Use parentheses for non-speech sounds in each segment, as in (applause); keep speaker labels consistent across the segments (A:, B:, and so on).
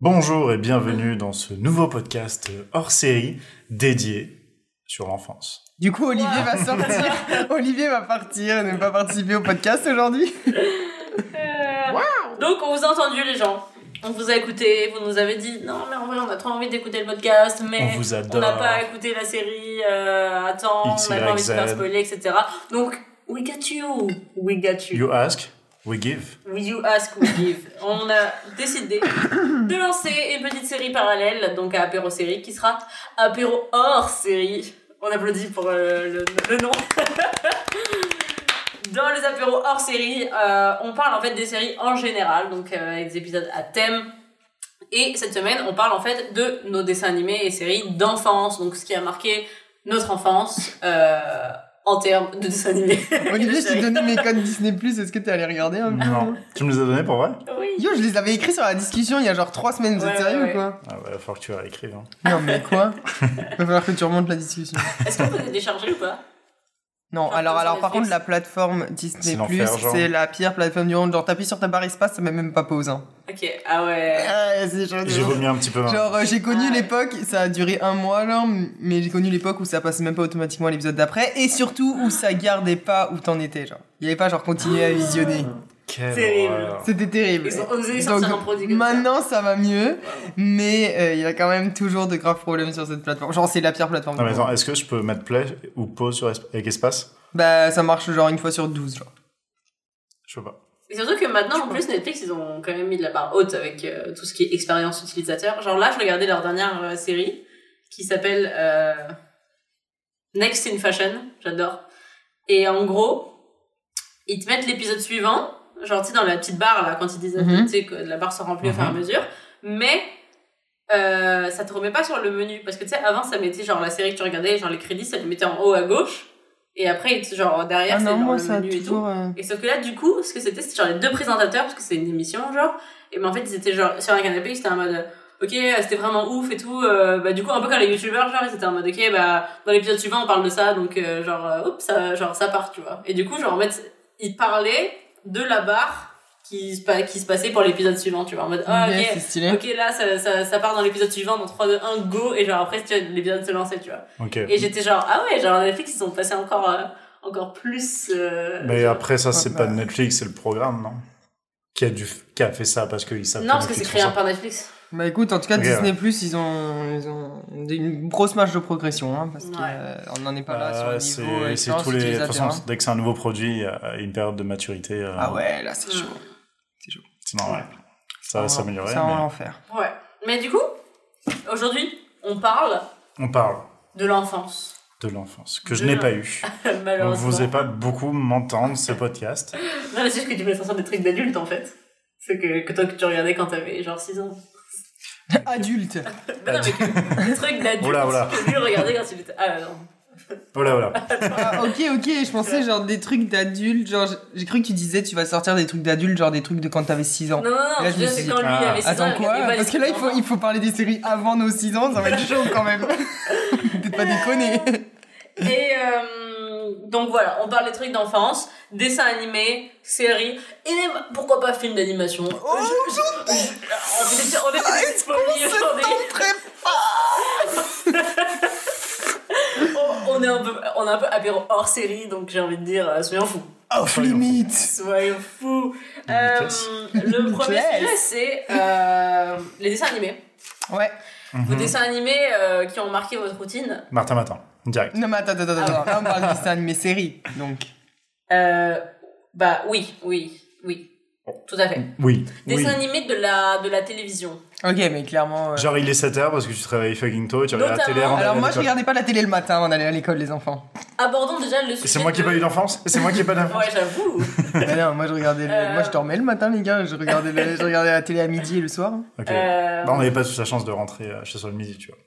A: Bonjour et bienvenue dans ce nouveau podcast hors série dédié sur l'enfance.
B: Du coup, Olivier va sortir.
C: (laughs)
B: Olivier va partir et ne pas participer au podcast aujourd'hui.
C: Euh, Donc on vous a entendu les gens. On vous a écouté, vous nous avez dit non mais en vrai on a trop envie d'écouter le podcast mais
A: On vous
C: Eh, on n'a
A: adore.
C: pas écouté la série, euh, attends,
A: X,
C: on n'a
A: Y,
C: pas envie de se faire
A: Z.
C: spoiler, etc. Donc we got you, we got you.
A: You ask, we give.
C: We you ask, we give. on a décidé de lancer une petite série parallèle, donc à Apéro Série, qui sera Apéro hors série. On applaudit pour euh, le, le nom. (laughs) Dans les apéros hors série, euh, on parle en fait des séries en général, donc euh, avec des épisodes à thème. Et cette semaine, on parle en fait de nos dessins animés et séries d'enfance, donc ce qui a marqué notre enfance euh, en termes de dessins animés.
B: Olivier, je t'ai donné mes codes Disney+, est-ce que t'es allé regarder un peu
A: Non. Tu me les as donnés pour vrai
C: (laughs) Oui.
B: Yo, je les avais écrits sur la discussion il y a genre 3 semaines, vous êtes
C: Ouais,
B: sérieux
C: ouais,
B: ou quoi
A: Ah bah, faut que tu réécrives. Hein.
B: Non mais quoi (laughs) Va falloir que tu remontes la discussion.
C: Est-ce que vous avez déchargé ou pas
B: Non,
C: Genre
B: alors,
C: comme sur
B: alors par
C: Netflix.
B: contre, la plateforme
A: C'est
B: Disney+,
A: l'enfer, genre.
B: c'est la pire plateforme du monde. Genre, t'appuies sur ta barre espace, ça met même pas pause. Hein.
C: Ok, ah ouais.
B: Ah, c'est chaud.
A: J'ai vomi un petit peu. hein.
B: Genre, euh, j'ai connu
C: Ah ouais.
B: l'époque, ça a duré un mois là, m- mais j'ai connu l'époque où ça passait même pas automatiquement à l'épisode d'après, et surtout où ça gardait pas où t'en étais, genre. Il y avait pas genre continuer
A: Ah.
B: à visionner.
A: Quelle
C: Terrible.
A: horreur.
B: C'était terrible.
C: Ils ont osé sortir
B: Donc,
C: un produit comme ça.
B: Maintenant ça va mieux, mais euh, il y a quand même toujours de graves problèmes sur cette plateforme. Genre, c'est la pire plateforme.
A: Non Ah, mais
B: du monde.
A: attends, est-ce que je peux mettre play ou pause sur es- avec espace
B: Bah, ça marche genre une fois sur 12, genre.
A: Je sais pas.
C: Et surtout que maintenant, en plus, Netflix, ils ont quand même mis de la barre haute avec euh, tout ce qui est expérience utilisateur. Genre là, je regardais leur dernière euh, série qui s'appelle euh, Next in Fashion. J'adore. Et en gros, ils te mettent l'épisode suivant, genre tu sais, dans la petite barre là, quand ils disent,
B: Mhm.
C: tu sais, que la barre se remplit au fur et à
A: Mhm.
C: mesure. Mais euh, ça te remet pas sur le menu. Parce que tu sais, avant, ça mettait genre la série que tu regardais, genre les crédits, ça les mettait en haut à gauche. Et après, genre derrière,
B: ah
C: c'est
B: non,
C: genre
B: moi
C: le
B: ça a
C: menu et tout.
B: toujours. euh,
C: Et sauf que là, du coup, ce que c'était, c'était genre les deux présentateurs, parce que c'est une émission, genre. Et ben en fait, ils étaient genre sur un canapé, ils étaient en mode, ok, euh, c'était vraiment ouf et tout. Euh, bah, du coup, un peu comme les youtubeurs, genre, ils étaient en mode, ok, bah, dans l'épisode suivant, on parle de ça, donc, euh, genre, euh, hop, ça, genre, ça part, tu vois. Et du coup, genre, en fait, ils parlaient de la barre qui, se pa- qui se passait pour l'épisode suivant, tu vois. En mode, ah, ok,
B: yes, c'est stylé.
C: ok, là, ça, ça, ça part dans l'épisode suivant, dans 3, 2, 1, go, et genre, après, tu vois, l'épisode se lançait, tu vois.
A: Ok.
C: Et j'étais genre, ah ouais, genre, Netflix, ils ont passé encore, euh, encore plus. euh,
A: Mais après ça c'est
B: Ouais,
A: pas
B: bah.
A: Netflix, c'est le programme non Qui a dû qui a fait ça parce qu'ils savent.
C: Non, parce que c'est
A: Netflix
C: créé
A: font ça.
C: par Netflix.
B: Bah écoute, en tout cas,
A: Ok,
B: Disney Plus, ils ont, ils ont une grosse marge de progression, hein, parce
C: Ouais.
B: qu'on n'en est pas
A: Bah,
B: là sur
A: c'est
B: le niveau euh,
A: c'est
B: expérience
A: tous les. De toute
B: utilisateur,
A: façon,
B: hein.
A: dès que c'est un nouveau produit, il y a une période de maturité. euh,
B: Ah ouais, là c'est chaud.
A: C'est normal. Ça va s'améliorer.
B: Ça va
A: mais-
B: l'enfer.
C: Hmm. Ouais. Mais du coup, aujourd'hui, on parle
A: On parle
C: de l'enfance, (laughs)
A: de l'enfance que je
C: De
A: n'ai
C: l'en-
A: pas eu.
C: malheureusement.
A: Donc vous n'allez pas beaucoup m'entendre ce podcast.
C: Non, mais c'est juste que tu me laisses sortir des trucs d'adultes, en fait. C'est que, que toi, que tu regardais quand t'avais genre 6 ans.
B: (laughs) Adulte.
C: Mais non, mais que (laughs) des trucs d'adultes
A: Ah, Oula, oula.
C: que lui regardait quand il était... Ah, non.
A: Voilà, voilà.
B: Ah, ok, ok, je pensais genre des trucs d'adultes. Genre, j'ai- j'ai cru que tu disais tu vas sortir des trucs d'adultes, genre des trucs de quand t'avais 6 ans.
C: Non, non,
B: Là, je
C: non, je
B: me
C: veux dire, c'est
B: suis
C: quand lui
A: dit, ah,
C: avait 6 ans,
B: Attends
C: il
B: quoi
C: regardait pas les
B: Parce que là il faut,
C: enfants.
B: il faut parler des séries avant nos 6 ans, ça va être chaud quand même. (laughs) Peut-être pas déconner.
C: Et euh, donc voilà, on parle des trucs d'enfance, dessins animés, séries, et même, pourquoi pas films d'animation.
B: Oh,
C: Je- je- je- on était- on était des folies aujourd'hui.
B: Très
C: (laughs) On- on est un peu, on est un peu apéro hors série, donc j'ai envie de dire, euh, soyons fous.
B: off limite.
C: Soyons fous. Euh,
A: Nickel.
C: le premier
B: Nickel.
C: sujet, c'est euh, les dessins animés.
B: Ouais.
C: Vos
A: Mhm.
C: dessins animés euh, qui ont marqué votre routine.
A: Martin Matin, direct.
B: Non mais attends, attends, attends, attends. Là on parle de dessin animé série, donc.
C: Euh, bah oui, oui, oui. Tout à fait.
A: Oui. oui.
C: Dessins animés de la, de la télévision.
B: Ok, mais clairement. euh,
A: Genre il est 7h parce que tu travailles fucking tôt et tu regardes la
C: Notamment-
A: télé avant d'aller
B: Alors
A: à
B: moi je
A: l'école.
B: regardais pas la télé le matin, on allait à l'école les
A: (laughs)
B: enfants.
C: Abordons déjà le sujet.
A: C'est moi qui n'ai
C: de-
A: pas eu d'enfance C'est moi qui n'ai pas d'enfance
C: (laughs) Ouais, j'avoue.
B: Mais non, moi je regardais, le-
C: Euh.
B: moi je dormais le matin les gars, je regardais, le- je regardais la télé à midi et le soir.
A: Ok.
C: Euh,
A: Bah, on n'avait pas toute la chance de rentrer euh, chez soi le midi, tu vois.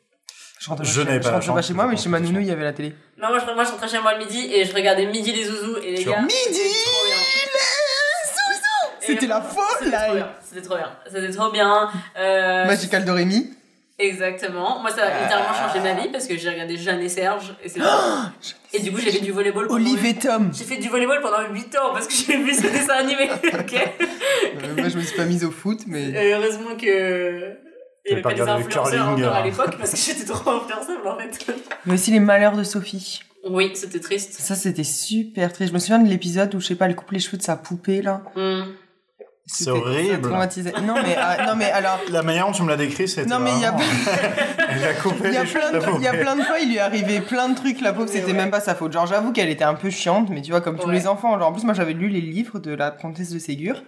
B: Je rentrais
A: Je
B: chez-
A: n'avais pas la
B: rentrais pas
A: chance,
B: chez moi,
A: je
B: mais
A: pense,
B: chez ma
A: de toute
B: nounou il y avait la télé.
C: Non, moi je, moi je rentrais chez moi le midi et je regardais Midi les zouzous et les
A: Sur
C: gars.
B: Midi
C: c'était trop bien. Et
B: C'était la folle
C: C'était trop
B: là.
C: bien, c'était trop bien. C'était trop bien. Euh,
B: Magical Doremi.
C: Exactement. Moi, ça
A: Euh.
C: a littéralement changé ma vie parce que j'ai regardé Jeanne et Serge et c'est
B: (gasps)
C: Et du coup, j'ai fait du volleyball. pendant
B: Olive
C: huit-
B: et Tom.
C: J'ai fait du volleyball pendant 8 ans parce que (laughs) j'ai vu ce dessin animé. (laughs) ok.
B: Euh, moi je me suis pas mise au foot, mais
C: Et heureusement que
A: J'avais
C: Il y avait
A: pas
C: pas des
A: regardé le
C: influenceurs
A: curling,
C: encore à
A: euh.
C: l'époque parce que j'étais trop influençable en fait.
B: Mais aussi les malheurs de Sophie.
C: Oui, c'était triste.
B: Ça, c'était super triste. Je me souviens de l'épisode où, je sais pas, elle coupe les cheveux de sa poupée, là.
C: Hmm.
A: C'est
B: C'était-
A: horrible.
B: ça traumatisait. Non, mais, ah, non, mais alors.
A: (laughs) La manière dont tu me l'as décrit, c'était.
B: Non, mais il y a,
A: vraiment- (laughs) Elle a coupé
B: il y, a
A: les cheveux
B: plein
A: de la
B: de, il y a
A: poupée.
B: plein de fois, il lui arrivait plein de trucs, la pauvre, c'était
C: ouais.
B: même pas sa faute. Genre, j'avoue qu'elle était un peu chiante, mais tu vois, comme tous
C: Ouais.
B: les enfants. Genre, en plus, moi, j'avais lu les livres de la comtesse de Ségur.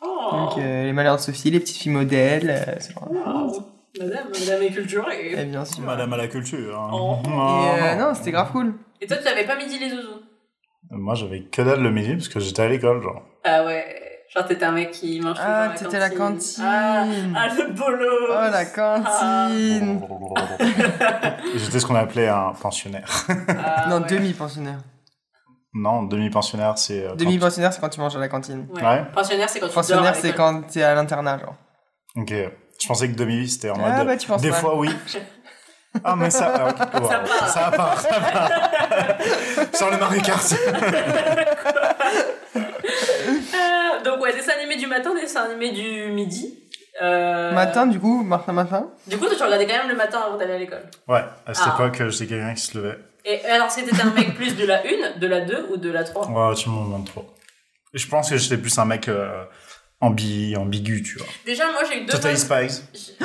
C: Oh.
B: Donc, euh, les malheurs de Sophie, les petites filles modèles. euh, ce genre.
C: Wow. Oh. Madame, madame est culturée.
B: Eh bien sûr.
A: Madame à la culture. hein.
C: Oh.
B: Et, euh, non, c'était grave cool.
C: Et toi, tu n'avais pas midi les zouzous
A: Moi, j'avais que dalle le midi parce que j'étais à l'école, genre.
C: Ah ouais. Genre, t'étais un mec qui mange toujours
B: Ah,
C: à
B: t'étais à la cantine.
C: Ah, ah, le bolo.
B: Oh, la cantine.
A: J'étais ce qu'on appelait un pensionnaire.
C: Ah,
B: non,
C: ouais.
B: demi-pensionnaire.
A: Non, demi-pensionnaire, c'est. euh, quand-
B: Demi-pensionnaire, c'est quand tu manges à la cantine.
C: Ouais.
A: Ouais.
C: Pensionnaire, c'est quand tu
B: Pensionnaire,
C: dors à
B: c'est
C: l'école.
B: quand t'es à l'internat, genre.
A: Ok. Je pensais que demi c'était en
B: Ah,
A: mode.
B: bah, tu penses
A: Des
B: pas.
C: (laughs)
A: fois, oui. Ah, mais ça. ah, ok. Wow.
C: Ça part.
A: Ça part. Ça part. Sans le Mario Kart.
C: Ah, donc, ouais, dessin animé du matin, dessin animé du midi. Euh,
B: Matin, du coup, matin, matin.
C: Du coup, toi, tu regardais quand même le matin avant d'aller à l'école.
A: Ouais, à cette
C: Ah.
A: époque, euh, j'étais quelqu'un qui se levait.
C: Et alors, est-ce que t'étais un mec plus de la 1, de la 2 ou de la 3
A: Ouais, tu m'en demandes trop. Je pense que j'étais plus un mec euh, ambi... ambigu, tu vois.
C: Déjà, moi, j'ai eu deux.
A: Totally
C: phases-
A: Spies.
C: j'ai-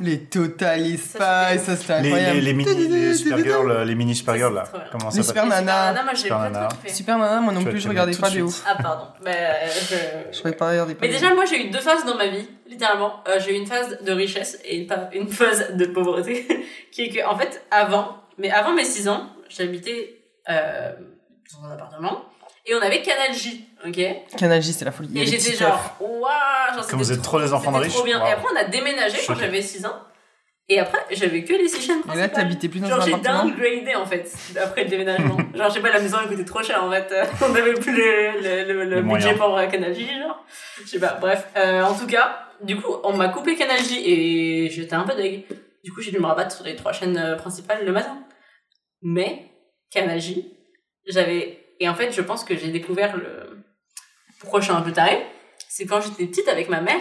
B: Les Total Spies,
C: Ça,
B: ça,
C: c'était-
B: c'était
A: Les,
B: incroyable.
A: les, les mini les Supergirls, euh, les mini
C: Ça,
A: Supergirls là.
C: c'est trop bien.
A: Comment ça
B: Les
A: s'appelle
B: Super Nana.
C: moi, j'ai
A: Super
C: pas
A: Nana.
C: tout fait.
B: Super Nana, moi non
A: Tu vas
B: plus, je
A: t'aimer
B: regardais
A: tout
B: pas
A: de
B: de
A: suite.
B: ouf.
C: Ah, pardon. Mais, euh,
B: Je regardais pas regarder pas
C: Mais
B: de
C: déjà,
B: ouf.
C: moi, j'ai eu deux phases dans ma vie, littéralement. Euh, j'ai eu une phase de richesse et une, pa- une phase de pauvreté, (laughs) qui est que, en fait, avant, mais avant mes 6 ans, j'habitais euh, dans un appartement et on avait Canal J, ok Et
B: Canal J, c'était la folie. Il y avait
C: j'étais
B: Titeuf.
C: genre, waouh genre,
A: Comme
C: c'était
A: vous êtes trop des enfants de
C: c'était trop
A: riches.
C: bien.
A: Waouh.
C: Et après, on a déménagé quand
A: Choqué.
C: j'avais 6 ans. Et après, j'avais que les 6 chaînes
B: Et là,
C: principales.
B: t'habitais plus dans
C: Genre
B: un
C: j'ai
B: appartement.
C: downgradé en fait après le déménagement. genre je sais pas la maison elle coûtait trop cher en fait. (laughs) On n'avait plus le, le, le, le
A: Les
C: budget
A: moyens.
C: pour euh, Canal J genre. Je sais pas. Bref, Euh, en tout cas, du coup on m'a coupé Canal J et j'étais un peu deg. Du coup j'ai dû me rabattre sur les trois chaînes euh, principales le matin. Mais Canal J, j'avais et en fait je pense que j'ai découvert le pourquoi je suis un peu tarée. C'est quand j'étais petite avec ma mère.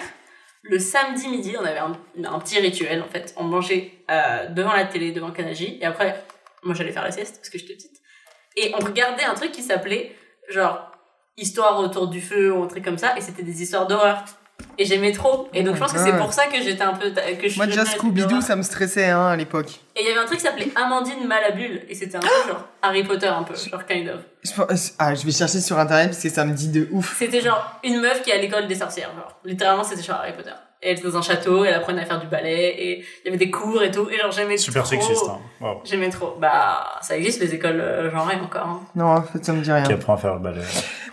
C: Le samedi midi, on avait un, un petit rituel en fait. On mangeait euh, devant la télé, devant Canal J, et après moi, j'allais faire la sieste parce que j'étais petite. Et on regardait un truc qui s'appelait, genre, Histoire autour du feu ou un truc comme ça, et c'était des histoires d'horreur. Et j'aimais trop. Et
B: Oh
C: donc,
B: my
C: je pense que c'est
B: God.
C: pour ça que j'étais un peu. ta- Que je
B: Moi,
C: suis
B: déjà,
C: jeune,
B: Scooby-Doo,
C: j'adore.
B: ça me stressait hein, à l'époque.
C: Et il y avait un truc qui s'appelait Amandine Malabule, et c'était un peu genre Harry Potter, un peu, genre kind of.
B: Je pense- Ah, je vais chercher sur internet parce que ça me dit de ouf.
C: C'était genre une meuf qui est à l'école des sorcières, genre. Littéralement, c'était genre Harry Potter. Et elle était dans un château, elle apprenait à faire du ballet, et il y avait des cours et tout, et genre, j'aimais
A: Super
C: trop.
A: sexiste. Hein. Wow.
C: J'aimais trop. Bah, ça existe les écoles euh, genrées encore. hein.
B: Non, en fait, ça me dit rien.
A: Qui apprend à faire le balai.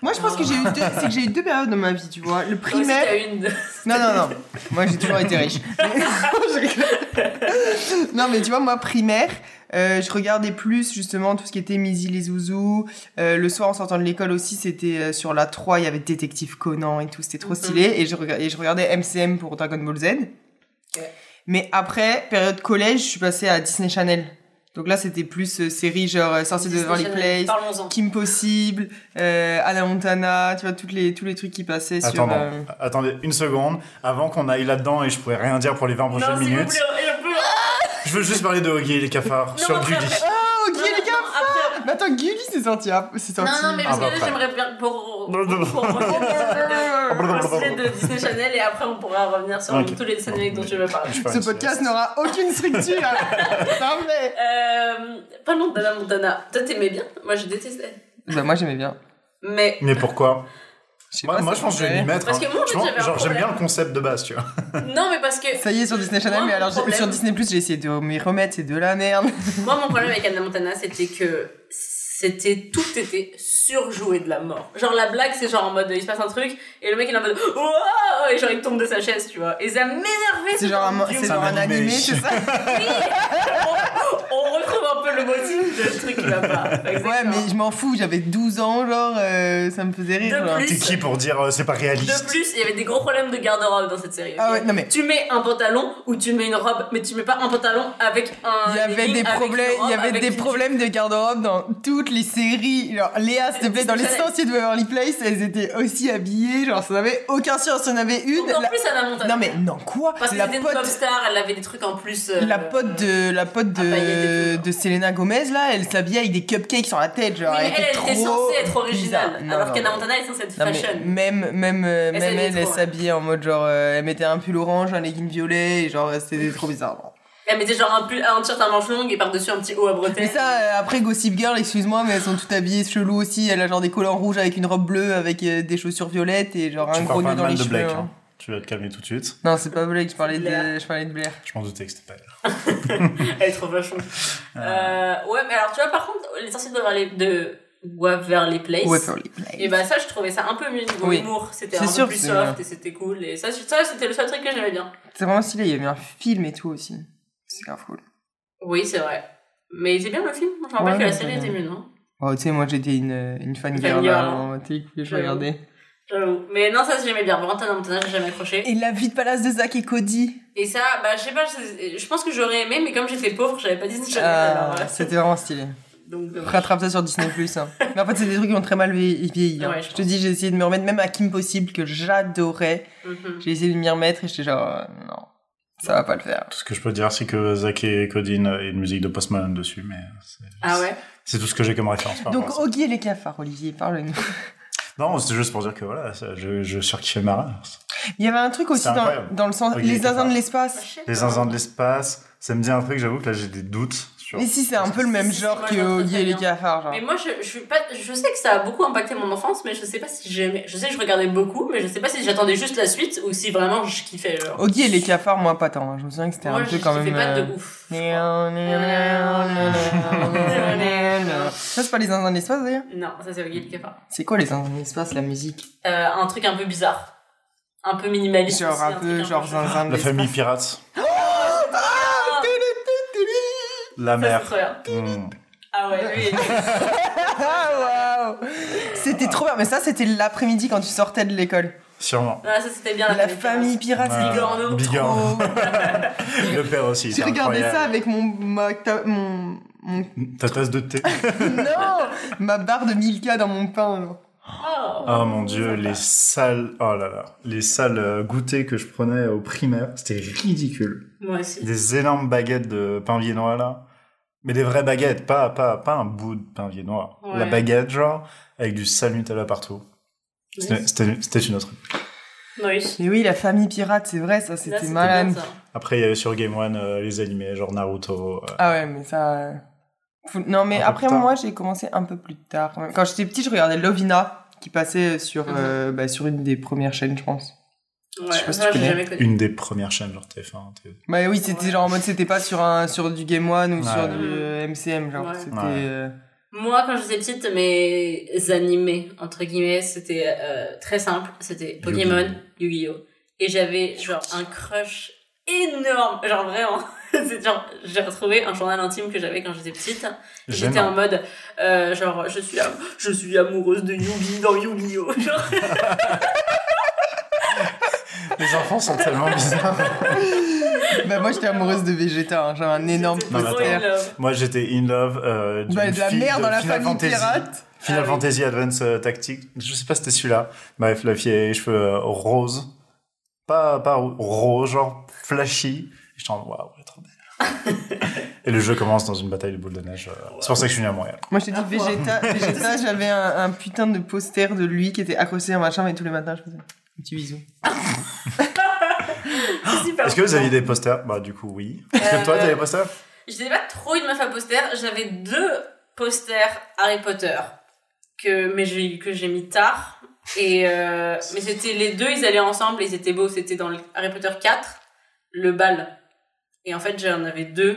B: Moi, je pense que j'ai eu deux, c'est que j'ai eu deux périodes dans ma vie, tu vois. Le
C: Toi aussi,
B: primaire.
C: t'as eu une-
B: Non, non, non. Moi, j'ai toujours été
C: (laughs)
B: riche. (laughs) Mais- Je rigole. non, mais tu vois, moi, primaire, euh, je regardais plus, justement, tout ce qui était Mizzy les Zouzous. Euh, le soir, en sortant de l'école aussi, c'était euh, sur la 3, il y avait Détective Conan et tout. C'était trop
C: Mhm.
B: stylé. Et je, rega- et je regardais MCM pour Dragon Ball Z. Mais après, période collège, je suis passée à Disney Channel. Donc là, c'était plus euh, séries genre euh, Sorciers de
C: Disney
B: Beverly
C: Channel.
B: Place,
C: Parlons-en.
B: Kim Possible, euh, Anna Montana, tu vois, toutes les, tous les trucs qui passaient
A: Attendons.
B: sur... euh,
A: Attendez une seconde, avant qu'on aille là-dedans et je pourrais rien dire pour les 20 prochaines
C: Non, s'il vous
A: minutes.
C: plaît, je peux.
A: Je veux juste parler de Oggy et les cafards
C: Non,
A: sur
C: après,
A: Gulli.
C: après.
B: Oh,
C: Non,
B: Guy et les
C: non,
B: gars
C: après.
B: Mais attends, Gulli c'est sorti, hein, c'est sorti.
C: Non, non, mais parce
A: Ah,
C: que là,
A: bah,
C: j'aimerais bien. Pour. pour-
A: Non, non, non.
C: pour- pour- pour- de Disney Channel et après, on pourra revenir sur
A: Ok.
C: tous les dessins animés dont tu veux parler.
A: Je fais
B: Ce
A: une
B: podcast
A: sieste.
B: n'aura aucune structure.
A: (laughs)
B: non mais.
C: Euh, Parlons d'Anna Montana. Toi, t'aimais bien Moi, je détestais.
B: Bah moi j'aimais bien. (laughs)
C: Mais.
A: Mais pourquoi
B: Je sais
A: Moi,
B: pas,
A: moi
B: ça
A: je pense que je vais
B: me
A: m'y mettre.
C: Parce
A: hein.
C: que moi, en
A: Je
C: fait,
A: pense-
C: j'avais un
A: genre, j'aime bien
C: problème.
A: le concept de base, tu vois.
C: Non, mais parce que.
B: Ça y est sur Disney Channel,
C: Moi,
B: mais
C: mon
B: alors j'ai-
C: problème-
B: sur Disney Plus j'ai essayé de m'y remettre, c'est de la merde.
C: (laughs) Moi, mon problème avec Anna Montana, c'était que c'était tout était surjoué de la mort. Genre la blague, c'est genre en mode il se passe un truc et le mec il est en mode Wow et genre il tombe de sa chaise, tu vois. Et ça m'énervait.
B: C'est genre un, c'est
A: C'est
B: genre
A: un
B: un
A: animé.
B: animé, c'est
C: (laughs)
B: ça
C: on, on retrouve un peu le motif de ce truc qui va pas.
B: Ouais,
C: Exactement.
B: mais je m'en fous, j'avais 12 ans, genre euh, ça me faisait rire.
C: De
B: genre.
C: plus,
A: T'es qui pour dire euh, c'est pas
C: de
A: réaliste
C: plus, il y avait des gros problèmes de garde-robe dans cette série. ok
B: Ah ouais, non mais.
C: Tu mets un pantalon ou tu mets une robe, mais tu mets pas un pantalon avec un.
B: Il y avait
C: legging,
B: des
C: avec une
B: problèmes, il
C: robe,
B: y avait
C: avec
B: des
C: une
B: problèmes de garde-robe dans toutes toutes les séries, genre Léa, s'il te plaît, dans les sorciers de Beverly Place, elles étaient aussi habillées, genre ça n'avait aucun sens, il y en avait une.
C: En
B: la-
C: plus, Anna Montana.
B: Non mais non quoi
C: Parce que
B: La
C: c'était une pop
B: pote
C: star, elle avait des trucs en plus. euh,
B: la pote de la pote
C: Ah, bah, il était
B: de,
C: dedans.
B: de Selena Gomez là, elle s'habillait avec des cupcakes sur la tête, genre
C: Oui,
B: elle,
C: mais elle, elle
B: était trop
C: était censée être
B: bizarre.
C: originale.
B: Non,
C: alors
B: non,
C: qu'Anna
B: non.
C: Montana est censée être
B: Non, mais
C: fashion.
B: même même euh,
C: Elle
B: même
C: s'habillait
B: elle, elle
C: trop, hein. ouais.
B: s'habillait en mode genre euh, elle mettait un pull orange, un legging violet, et genre c'était trop bizarre. genre.
C: Elle mettait genre un, pull, un t-shirt à manches longues et par-dessus un petit haut à bretelles.
B: Mais ça euh, après Gossip Girl, excuse-moi, mais elles sont toutes habillées chelou aussi, elle a genre des collants rouges avec une robe bleue avec euh, des chaussures violettes et genre
A: Tu
B: un
A: parles
B: gros
A: pas
B: nœud dans
A: mal
B: les
A: de
B: cheveux.
A: Blake.
B: hein.
A: hein. Tu vas te calmer tout de suite.
B: Non, c'est pas Blake, je parlais de
C: Blair.
B: je parlais de Blair.
A: Je m'en doutais que c'était pas elle.
C: Elle est trop vachon.
B: Ah.
C: Euh, ouais, mais alors tu vois, par contre, les sorciers de Waverly, de Waverly Place.
B: Ouais, pour les Blake.
C: Et bah ça, je trouvais ça un peu mieux niveau
B: Oui.
C: humour. C'était
B: C'est
C: un
B: sûr,
C: peu plus
B: c'est-
C: soft et c'était cool. Et ça, c'est- ça c'était le seul truc que j'aimais bien.
B: C'est vraiment stylé, il y avait un film et tout aussi. C'est grave cool.
C: Oui, c'est vrai. Mais c'est bien le film. Je me rappelle
B: Ouais,
C: que la
B: c'est
C: série
B: bien.
C: était mieux, non
B: Oh, tu sais, moi j'étais une, euh, une fan
C: Fan
B: girl,
C: girl.
B: avant, tu sais, que je
C: J'avoue.
B: regardais.
C: J'avoue. Mais non, ça, j'aimais bien. Par contre, Anna Montana, j'ai jamais accroché.
B: Et la vie de palace de Zach et Cody.
C: Et ça, bah, je sais pas, je je pense que j'aurais aimé, mais comme j'étais pauvre, j'avais pas Disney Channel.
B: Ah,
C: alors, euh,
B: c'était vraiment stylé.
C: Donc, euh, dommage.
B: Rattrape ça sur Disney Plus. hein. Mais en fait, c'est des trucs qui ont très mal vie- vieilli. hein.
C: Ouais, je
B: je te dis, j'ai essayé de me remettre même à Kim Possible que j'adorais.
C: Mhm.
B: J'ai essayé de m'y remettre et j'étais genre, euh, non, ça va pas le faire.
A: Tout ce que je peux dire, c'est que Zach et Cody a une musique de Post Malone dessus, mais c'est
C: Ah ouais
A: c'est tout ce que j'ai comme référence. par
B: Donc,
A: rapport à ça.
B: Oggy et les cafards, Olivier,
A: (laughs)
B: parle-nous.
A: Non, c'était juste pour dire que voilà, ça, je, je surkiffais ma race.
B: Il y avait un truc aussi
A: C'est
B: dans,
A: incroyable.
B: dans le sens,
A: Oggy et
B: les
A: les
B: zinzins de
A: cafards.
C: Ah,
B: l'espace.
C: je sais
A: Les
C: pas.
A: zinzins de l'espace, ça me dit un truc, j'avoue que là j'ai des doutes sur.
B: Mais si, c'est un peu le même
C: Si, si,
B: genre
C: moi,
B: que
C: je vois très,
B: Oggy et
C: très
B: les
C: bien.
B: cafards. genre.
C: Mais moi, je, je suis pas. Je sais que ça a beaucoup impacté mon enfance, mais je sais pas si j'aimais. Je sais que je regardais beaucoup, mais je sais pas si j'attendais juste la suite ou si vraiment je kiffais. Genre.
B: Oggy et les cafards, moi pas tant. hein. Je me souviens que c'était
C: Moi,
B: un
C: je
B: peu quand
C: kiffais
B: même.
C: pas
B: euh,
C: de ouf. je crois.
B: Ça, c'est pas les zinzins de l'espace d'ailleurs
C: Non, ça c'est Ogil qui parle.
B: C'est quoi les zinzins de l'espace, la musique
C: Euh, un truc un peu bizarre. Un peu minimaliste.
B: Genre
C: aussi,
B: un
C: truc
B: peu, genre zinzin de
A: La
B: l'espace.
A: famille pirate,
C: Ah,
A: la
C: ça, c'est
A: mère.
C: trop bien.
A: Hmm.
C: Ah
B: (laughs)
C: ouais, lui. il-
B: Ah, waouh C'était trop bien, mais ça, c'était l'après-midi quand tu sortais de l'école.
A: Sûrement.
C: Ah, ça c'était bien.
B: La famille pirate,
A: Ouais.
B: Ah, c'est
C: Bigorneau.
A: Bigorneau.
B: trop.
A: Le père aussi.
B: J'ai
A: c'est
B: regardé ça
A: incroyable.
B: avec mon. ma- ta- mon. mon-
A: Ta tasse de thé.
B: (laughs) Non Ma barre de Milka dans mon pain. genre.
C: Oh,
B: Ah.
A: Oh mon dieu, les sales. Oh là là. Les sales euh, goûters que je prenais au primaire, c'était ridicule.
C: Moi aussi.
A: des énormes baguettes de pain viennois là. Mais des vraies baguettes, pas, pas, pas un bout de pain viennois.
C: Ouais.
A: La baguette, genre, avec du sale Nutella partout. C'était
C: Nice.
A: c'était- c'était une autre.
C: Nice.
B: Mais oui, la famille pirate, c'est vrai, ça,
C: Là,
B: c'était malade.
C: bien, ça.
A: Après, il y avait sur Game One euh, les animés, genre Naruto. euh,
B: Ah ouais, mais ça. euh, faut- Non, mais
A: Un peu
B: après,
A: plus tard.
B: moi, j'ai commencé un peu plus tard. quand même. Quand j'étais petit, je regardais Lovina, qui passait sur, euh, bah, sur une des premières chaînes, je pense.
C: Ouais,
B: sais pas si
C: ça,
B: tu
C: j'ai
B: connais.
C: jamais connu.
A: une des premières chaînes, genre TF1. T- E.
B: Bah oui, c'était
C: Ouais.
B: genre en mode, c'était pas sur, un, sur du Game One
A: Ouais.
B: ou sur du euh, MCM, genre.
C: Ouais.
B: C'était.
A: Ouais.
B: euh,
C: Moi, quand j'étais petite, mes animés, entre guillemets, c'était euh, très simple. C'était Pokémon, Yu-Gi-Oh! Et j'avais genre un crush énorme. Genre vraiment. (laughs) C'est genre, j'ai retrouvé un journal intime que j'avais quand j'étais petite. J'étais
A: Gênant.
C: en mode, euh, genre, je suis, am- je suis amoureuse de Yugi dans Yu-Gi-Oh! (laughs) Genre,
A: Les enfants sont tellement bizarres.
B: Bah, moi, j'étais amoureuse de Vegeta, hein, j'avais un énorme
C: j'étais
A: Non, mais
C: trop
A: attends.
C: in
B: poster.
C: love.
A: Moi, j'étais in love. euh, d'une
B: Bah, de la
A: fille
B: merde
A: de
B: dans la
A: Final
B: famille
A: Fantasy.
B: pirate.
A: Final
C: Ah oui.
A: Fantasy Advance euh, Tactics. Je sais pas si c'était celui-là. Bref, la fille avait les cheveux euh, roses. Pas, pas rou- rose, genre flashy. Et J'étais en mode, waouh, elle est trop belle.
B: (laughs)
A: Et le jeu commence dans une bataille de boules de neige. euh, C'est pour ça que je suis venu à Montréal.
B: Moi, je te dis,
C: Ah, wow.
B: (laughs) Vegeta, Vegeta j'avais un, un putain de poster de lui qui était accroché à ma chambre et tous les matins, je faisais un petit bisou.
A: (gasps)
C: C'est euh, super
B: Ah,
A: Est-ce que vous
C: mignon.
A: aviez des posters Bah, du coup, oui. Est-ce que toi,
C: Euh,
A: t'as des posters
C: J'étais pas trop une meuf à poster. J'avais deux posters Harry Potter que mais j'ai que j'ai mis tard et euh, mais c'était les deux ils allaient ensemble et ils étaient beaux. C'était dans le Harry Potter 4 le bal et en fait j'en avais deux.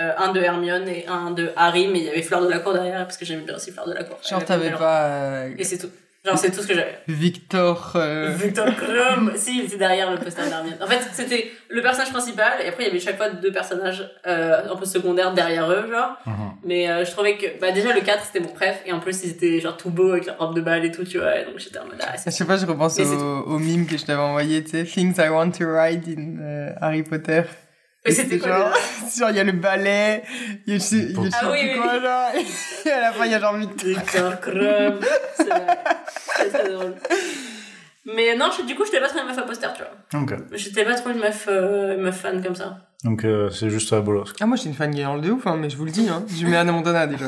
C: euh, un de Hermione et un de Harry mais il y avait Fleur de la Cour derrière parce que j'aimais bien aussi Fleur de la Cour.
B: Genre,
C: Elle
B: t'avais
C: avait-
B: pas. euh,
C: Et c'est tout. Genre c'est tout ce que j'avais.
B: Victor. (laughs) euh,
C: (laughs) Victor Krum Si, il était derrière le poster d'Hermione. En fait, c'était le personnage principal, et après, il y avait chaque fois deux personnages euh, un peu secondaires derrière eux, genre.
A: Mhm.
C: Mais euh, je trouvais que, bah, déjà, le 4, c'était mon préf, et en plus, ils étaient genre tout beau avec leur robe de balle et tout, tu vois, et donc j'étais en mode, ah,
B: Je
A: (laughs)
C: c'est
B: sais pas, je repense
C: Mais c'est
B: au, au mime que je t'avais envoyé, tu sais, Things I Want to Ride in euh, Harry Potter.
C: Mais
B: Et
C: c'était quoi
B: genre,
C: déjà
B: (laughs) genre, il y a le ballet, il y a, je sais- il y a je sais
C: Ah oui,
B: plus
C: oui,
B: quoi, genre, (laughs) et à la fin, il y a genre Victor.
C: Victor Crumb. C'est vrai. C'est très drôle. Mais non, je- du coup, je n'étais pas trop une meuf à poster, tu vois.
A: Ok.
C: J'étais pas trop une meuf, euh, une meuf fan comme ça. (laughs)
A: Donc euh, c'est juste la bolosse.
B: Ah, moi, j'étais une fan gagnante de ouf, hein, mais je vous le dis, hein. Je mets Anna Montana, déjà.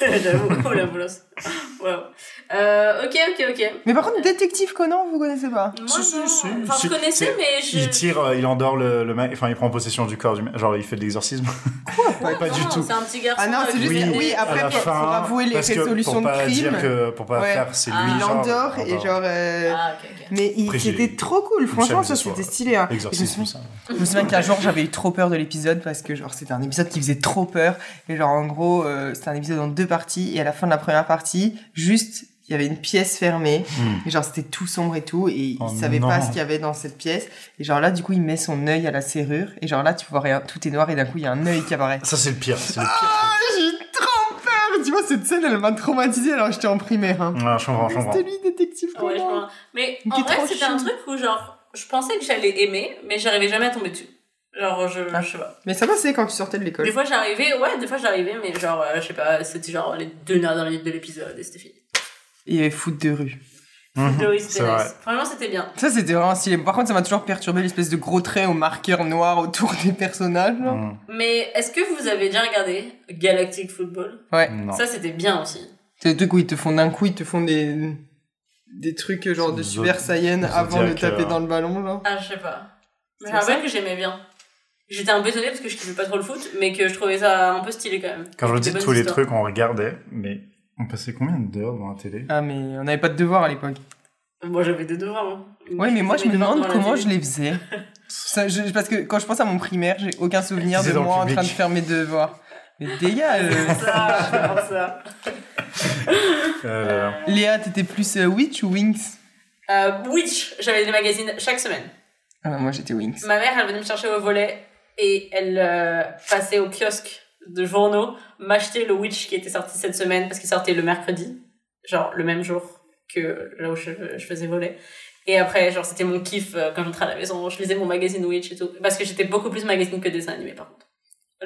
C: J'avoue, (laughs) oh la bolosse. Waouh. Euh, ok, ok, ok.
B: Mais par contre, Détective Conan, vous connaissez pas
C: Moi,
A: Si, si,
C: non.
A: si.
C: Enfin,
A: Si,
C: je connaissais,
A: c'est-
C: mais je.
A: Il tire, euh, il endort le, le mec, enfin il prend possession du corps du mec, genre il fait de l'exorcisme.
C: Ouais,
A: pas du
C: non,
A: tout.
C: C'est un petit garçon.
B: Ah non, c'est (laughs)
C: euh,
B: juste-
C: qui-
B: oui,
A: à
B: après,
A: la
B: pour-
A: fin,
B: pour avouer les
A: parce que
B: résolutions
A: pour
B: de
A: pas
B: crimes.
A: Dire que, pour pas
B: Ouais.
A: faire, c'est lui.
C: Ah.
B: Il
A: genre,
B: endort, et
A: endort. (laughs)
B: genre. euh,
C: Ah, ok, ok.
B: Mais il-
A: Après,
B: c'était
A: j'ai-
B: trop cool, franchement,
A: jamais
B: ça
A: ce soir,
B: c'était stylé. Hein.
A: L'exorcisme,
B: Et
A: ça.
B: Je me souviens qu'un jour j'avais eu trop peur de l'épisode parce que genre c'était un épisode qui faisait trop peur. Et genre en gros, euh, c'était un épisode en deux parties. Et à la fin de la première partie, juste il y avait une pièce fermée.
A: Hmm.
B: Et genre c'était tout sombre et tout. Et
A: Oh
B: il savait
A: non.
B: pas ce qu'il y avait dans cette pièce. Et genre là, du coup, il met son œil à la serrure. Et genre là, tu vois rien, tout est noir. Et d'un coup, il y a un œil qui apparaît.
A: Ça c'est le pire. C'est le
B: Ah,
A: pire.
B: (laughs) j'ai eu trop peur! Tu vois, cette scène elle m'a traumatisée alors que j'étais en primaire. Hein.
A: Ouais, je comprends, je comprends.
B: C'était lui, détective
C: Ah ouais, je
B: Conan.
C: vois. Mais
B: Il
C: en
B: était
C: vrai,
B: trop
C: c'était un
B: chou.
C: truc où, genre, je pensais que j'allais aimer, mais j'arrivais jamais à tomber dessus. Genre, je,
B: Ah.
C: je sais pas.
B: Mais ça passait quand tu sortais de l'école.
C: Des fois, j'arrivais, ouais, des fois, j'arrivais, mais genre, euh, je sais pas, c'était genre les deux dernières minutes de l'épisode et c'était fini.
B: Il y avait foot de rue.
A: Mhm.
C: Doris
A: (laughs) C'est
C: Perez.
A: vrai.
C: Franchement, c'était bien.
B: Ça, c'était vraiment stylé. Par contre, ça m'a toujours perturbé l'espèce de gros trait au marqueur noir autour des personnages. là.
A: Mhm.
C: Mais est-ce que vous avez déjà regardé Galactic Football
B: Ouais.
A: Non.
C: Ça, c'était bien aussi.
B: C'est le truc où ils te font d'un coup, ils te font des, des trucs euh, genre de
A: Zo-
B: super saiyan
A: Zodiac,
B: avant de taper
A: euh,
B: dans le ballon, là.
C: Ah, je sais pas.
B: C'est
C: Mais je me rappelle que j'aimais bien. J'étais un peu étonnée parce que je kiffais pas trop le foot, mais que je trouvais ça un peu stylé quand même.
A: Quand je vous
C: Des
A: dis
C: bonnes
A: tous les
C: histoires.
A: trucs, on regardait, mais on passait combien d'heures devant la télé
B: Ah, mais on n'avait pas de devoirs à l'époque.
C: Moi, j'avais des devoirs. hein.
B: Ouais, mais moi, je me
C: J'avais des
B: demande
C: devoirs dans la
B: comment
C: télé.
B: je les faisais. Ça, je- parce que quand je pense à mon primaire, j'ai aucun souvenir
A: C'était
B: de
A: dans le
B: moi en
A: public.
B: train de faire mes devoirs. Mais euh, dégage (laughs)
C: (laughs) C'est pour ça, c'est pour ça.
A: Euh, là, là.
B: Léa, t'étais plus euh, Witch ou Winx
C: Euh, Witch, j'avais des magazines chaque semaine.
B: Ah, non, moi, j'étais Winx.
C: Ma mère, elle venait me chercher au volet et elle euh, passait au kiosque de journaux m'acheter le Witch qui était sorti cette semaine parce qu'il sortait le mercredi, genre le même jour que là où je, je faisais volet. Et après, genre, c'était mon kiff euh, quand j'entrais à la maison, je lisais mon magazine Witch et tout. Parce que j'étais beaucoup plus magazine que dessin animé par contre.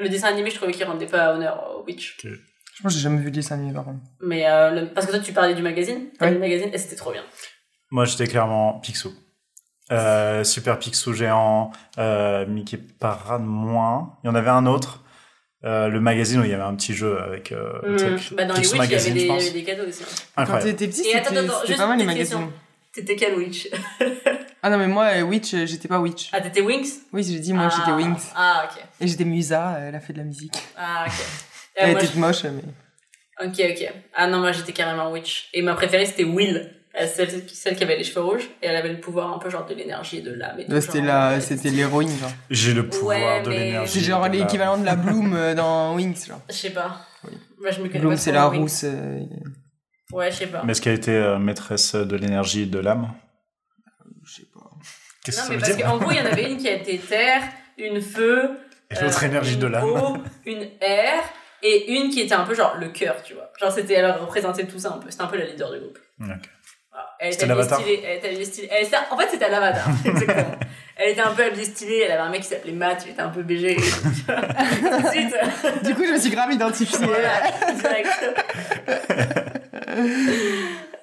C: Le dessin animé, je trouvais qu'il rendait pas honneur au Witch.
B: Je pense que j'ai jamais vu de dessin animé, par contre.
C: Mais euh, le- parce que toi, tu parlais du magazine, t'as
B: Ouais.
C: lu le magazine et c'était trop bien.
A: Moi, j'étais clairement Picsou. Euh, super Picsou géant, euh, Mickey Parade moins. Il y en avait un autre, euh, le magazine où il y avait un petit jeu avec euh,
C: Mm.
A: truc.
C: Bah, dans les
A: Picsou
C: Witch, il y avait
A: Magazine,
C: des-
A: je
C: il y
A: pense.
C: avait des cadeaux aussi. hein.
B: Quand
A: Incroyable.
B: t'étais petit,
C: Et attends,
B: c'était
C: attends,
B: c'était
C: juste
B: pas mal les
C: une petite
B: magazines.
C: T'étais quel Witch
B: Ah non, mais moi, euh, Witch, euh, j'étais pas Witch.
C: Ah, t'étais Wings
B: Oui, j'ai dit, moi,
C: Ah,
B: j'étais Wings.
C: Ah, ok.
B: Et j'étais Musa, euh, elle a fait de la musique.
C: Ah, ok. Euh,
B: (laughs) Elle
C: moi,
B: était moche, mais...
C: je- Ok, ok. Ah non, moi j'étais carrément witch. Et ma préférée c'était Will, Euh, celle, celle qui avait les cheveux rouges. Et elle avait le pouvoir un peu genre de l'énergie, de l'âme et tout.
B: Là, c'était
C: genre,
B: la...
C: euh,
B: c'était l'héroïne, genre.
A: J'ai le pouvoir
C: Ouais,
A: de
C: mais-
A: l'énergie.
B: C'est genre
A: de la-
B: l'équivalent (laughs) de la Bloom euh, dans Wings, genre.
C: Je sais pas.
B: Oui.
C: Moi je me connais
B: Bloom,
C: pas.
B: c'est
C: trop
B: la
C: en Wings.
B: rousse. euh,
C: Ouais, je sais pas.
A: Mais est-ce qu'elle était euh, maîtresse de l'énergie et de l'âme
B: Je sais pas.
A: Qu'est-ce
C: Non,
A: que ça
C: mais
A: veut
C: parce
A: dire
C: qu'en gros, il y en avait une qui était terre, une feu,
A: Et l'autre
C: euh,
A: énergie
C: une
A: de l'âme.
C: eau, une air, et une qui était un peu genre le cœur, tu vois. Genre c'était, elle représentait tout ça un peu. C'était un peu la leader du groupe.
A: Ok.
C: Voilà. Elle était
A: C'était
C: habillée
A: l'avatar.
C: stylée, elle était habillée stylée. Elle était- En fait, c'était à l'avatar, exactement. Elle était un peu habillée stylée, elle avait un mec qui s'appelait Matt, il était un peu BG. Ensuite,
B: Du coup, je me suis grave identifiée.
C: voilà, direct.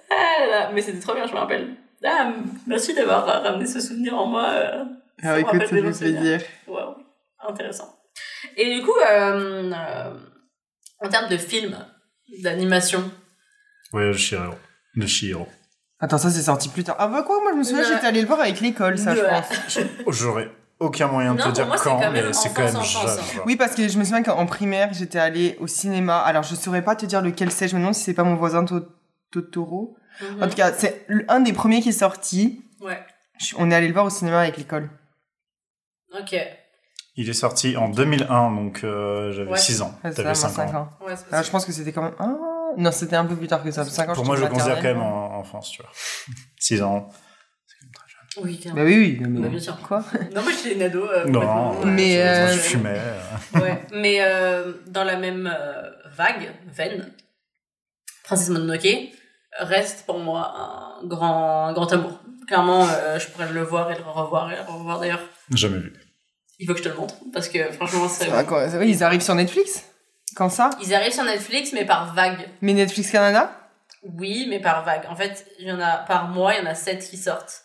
C: Ah là là, Mais c'était trop bien, je me rappelle. Ah, merci d'avoir euh, ramené ce souvenir en moi. euh, ça
B: Ah,
C: me
B: écoute,
C: rappelle
B: ça
C: des
B: me
C: bons
B: fait
C: souvenirs.
B: dire.
C: Waouh, intéressant. Et du coup, euh, euh, en termes de films, d'animation,
A: Ouais, le Chihiro. Le Chihiro.
B: Attends, ça, c'est sorti plus tard. Ah bah quoi, moi, je me souviens,
C: Ouais.
B: j'étais allée le voir avec l'école, ça, je
C: Ouais.
B: pense.
A: J'aurais aucun moyen de te
C: Non, pour
A: dire
C: moi, c'est
A: quand,
C: quand même
A: mais c'est quand même
C: enfance, enfance,
A: genre-
B: Oui, parce que je me souviens qu'en primaire, j'étais allée au cinéma. Alors, je saurais pas te dire lequel c'est. Je me demande si c'est pas mon voisin To- Totoro. En tout cas, c'est l- un des premiers qui est sorti.
C: Ouais.
B: Je- On est allé le voir au cinéma avec l'école.
C: ok, ouais,
A: Il est sorti en 2001, donc euh, j'avais
C: Ouais.
A: 6 ans.
B: Ah, ça,
A: T'avais
B: moi,
A: 5
B: cinq
A: ans.
B: ans.
C: c'est possible.
B: Ah, je pense que c'était quand même. Ah, non, c'était un peu plus tard que ça. 5 ans,
A: Pour moi, je
B: j'étais
A: le considère quand
B: maternelle.
A: même en, en France, tu vois. (laughs) 6 ans. C'est quand même très jeune.
C: Oui, carrément.
B: Bah oui, oui. mais-
C: Bah, bien sûr.
B: Quoi
C: Non, moi j'étais une ado. euh,
A: Non,
C: complètement,
A: ouais,
B: Mais,
A: c'est-
B: euh,
A: je fumais. euh.
C: Ouais, mais euh, dans la même euh, vague, veine, Princesse Mononoke reste pour moi un grand, un grand amour. Clairement, euh, je pourrais le voir et le revoir et le revoir d'ailleurs.
A: Jamais vu.
C: Il faut que je te le montre parce que franchement, c'est.
B: Ah, quoi, c'est vrai, ils arrivent sur Netflix Quand ça
C: Ils arrivent sur Netflix, mais par vague.
B: Mais Netflix Canada
C: Oui, mais par vague. En fait, il y en a par mois, il y en a 7 qui sortent.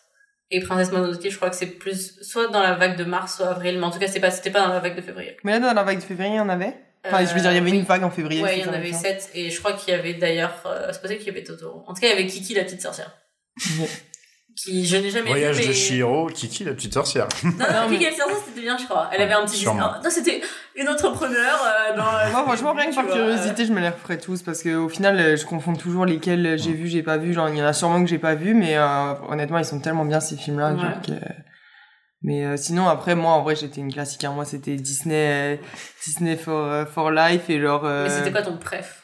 C: Et Princesse Mononoke, je crois que c'est plus soit dans la vague de mars, soit avril, mais en tout cas, c'est pas, c'était pas dans la vague de février.
B: Mais là, dans la vague de février, il y en avait Enfin,
C: Euh,
B: je veux dire, il y avait
C: oui.
B: une vague en février.
C: Ouais,
B: c'est
C: il y en
B: ça,
C: avait
B: ça.
C: 7, et je crois qu'il y avait d'ailleurs. euh, c'est possible qu'il y avait Totoro. En tout cas, il y avait Kiki, la petite sorcière. qui je n'ai jamais
A: Voyage
C: vu.
A: de
C: mais-
A: Shiro, Kiki, la petite sorcière.
C: Non, non, Kiki, la petite sorcière, c'était bien, je crois. Elle avait un petit.
A: Sûrement.
C: Ah, non, c'était une entrepreneur euh, dans. euh,
B: Moi, franchement, rien que
C: tu
B: par
C: vois,
B: curiosité, je me les referais tous parce que au final, euh, je confonds toujours lesquels j'ai vu, j'ai pas vu. Genre, il y en a sûrement que j'ai pas vu, mais euh, honnêtement, ils sont tellement bien ces films-là. genre
C: Ouais.
B: que- Mais euh, sinon, après, moi, en vrai, j'étais une classique. hein. Moi, c'était Disney, euh, Disney for, euh, for Life et genre
C: euh,
B: euh,
C: Mais c'était quoi ton préf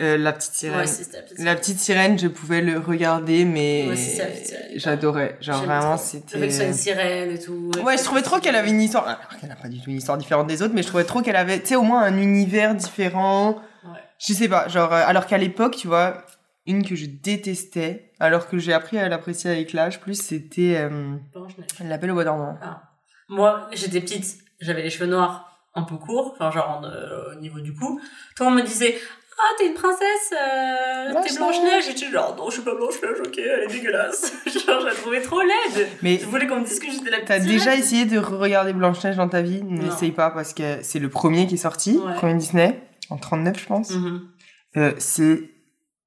B: euh, la petite sirène.
C: Ouais, c'est c'était la petite
B: la petite sirène, je pouvais le regarder, mais
C: Ouais, c'est ça, La Petite Sirène.
B: j'adorais. Genre
C: J'aime
B: vraiment,
C: trop. Le fait que ce soit
B: c'était.
C: une sirène et tout.
B: euh, Ouais, je trouvais trop qu'elle avait une histoire. Alors qu'elle n'a pas du tout une histoire différente des autres, mais je trouvais trop qu'elle avait, tu sais, au moins un univers différent.
C: Ouais.
B: Je sais pas, genre, euh, alors qu'à l'époque, tu vois, une que je détestais, alors que j'ai appris à l'apprécier avec l'âge, plus c'était euh,
C: Blanche-Neige.
B: La Belle au Bois dormant.
C: Moi, j'étais petite, j'avais les cheveux noirs un peu courts, enfin genre en, euh, au niveau du cou. Toi, on me disait Ah, t'es une princesse, euh, t'es
B: Blanche-Neige.
C: Blanche-Neige. J'étais genre Non, je suis pas Blanche-Neige, ok, elle est dégueulasse. (laughs) genre, je la trouvais trop laide.
B: Mais
C: Je voulais qu'on me dise que j'étais la petite.
B: t'as déjà
C: sirène.
B: essayé de regarder Blanche-Neige dans ta vie
C: Non.
B: N'essaye pas, parce que c'est le premier qui est sorti,
C: Ouais.
B: premier Disney, en 39, je pense.
C: Mhm.
B: Euh, c'est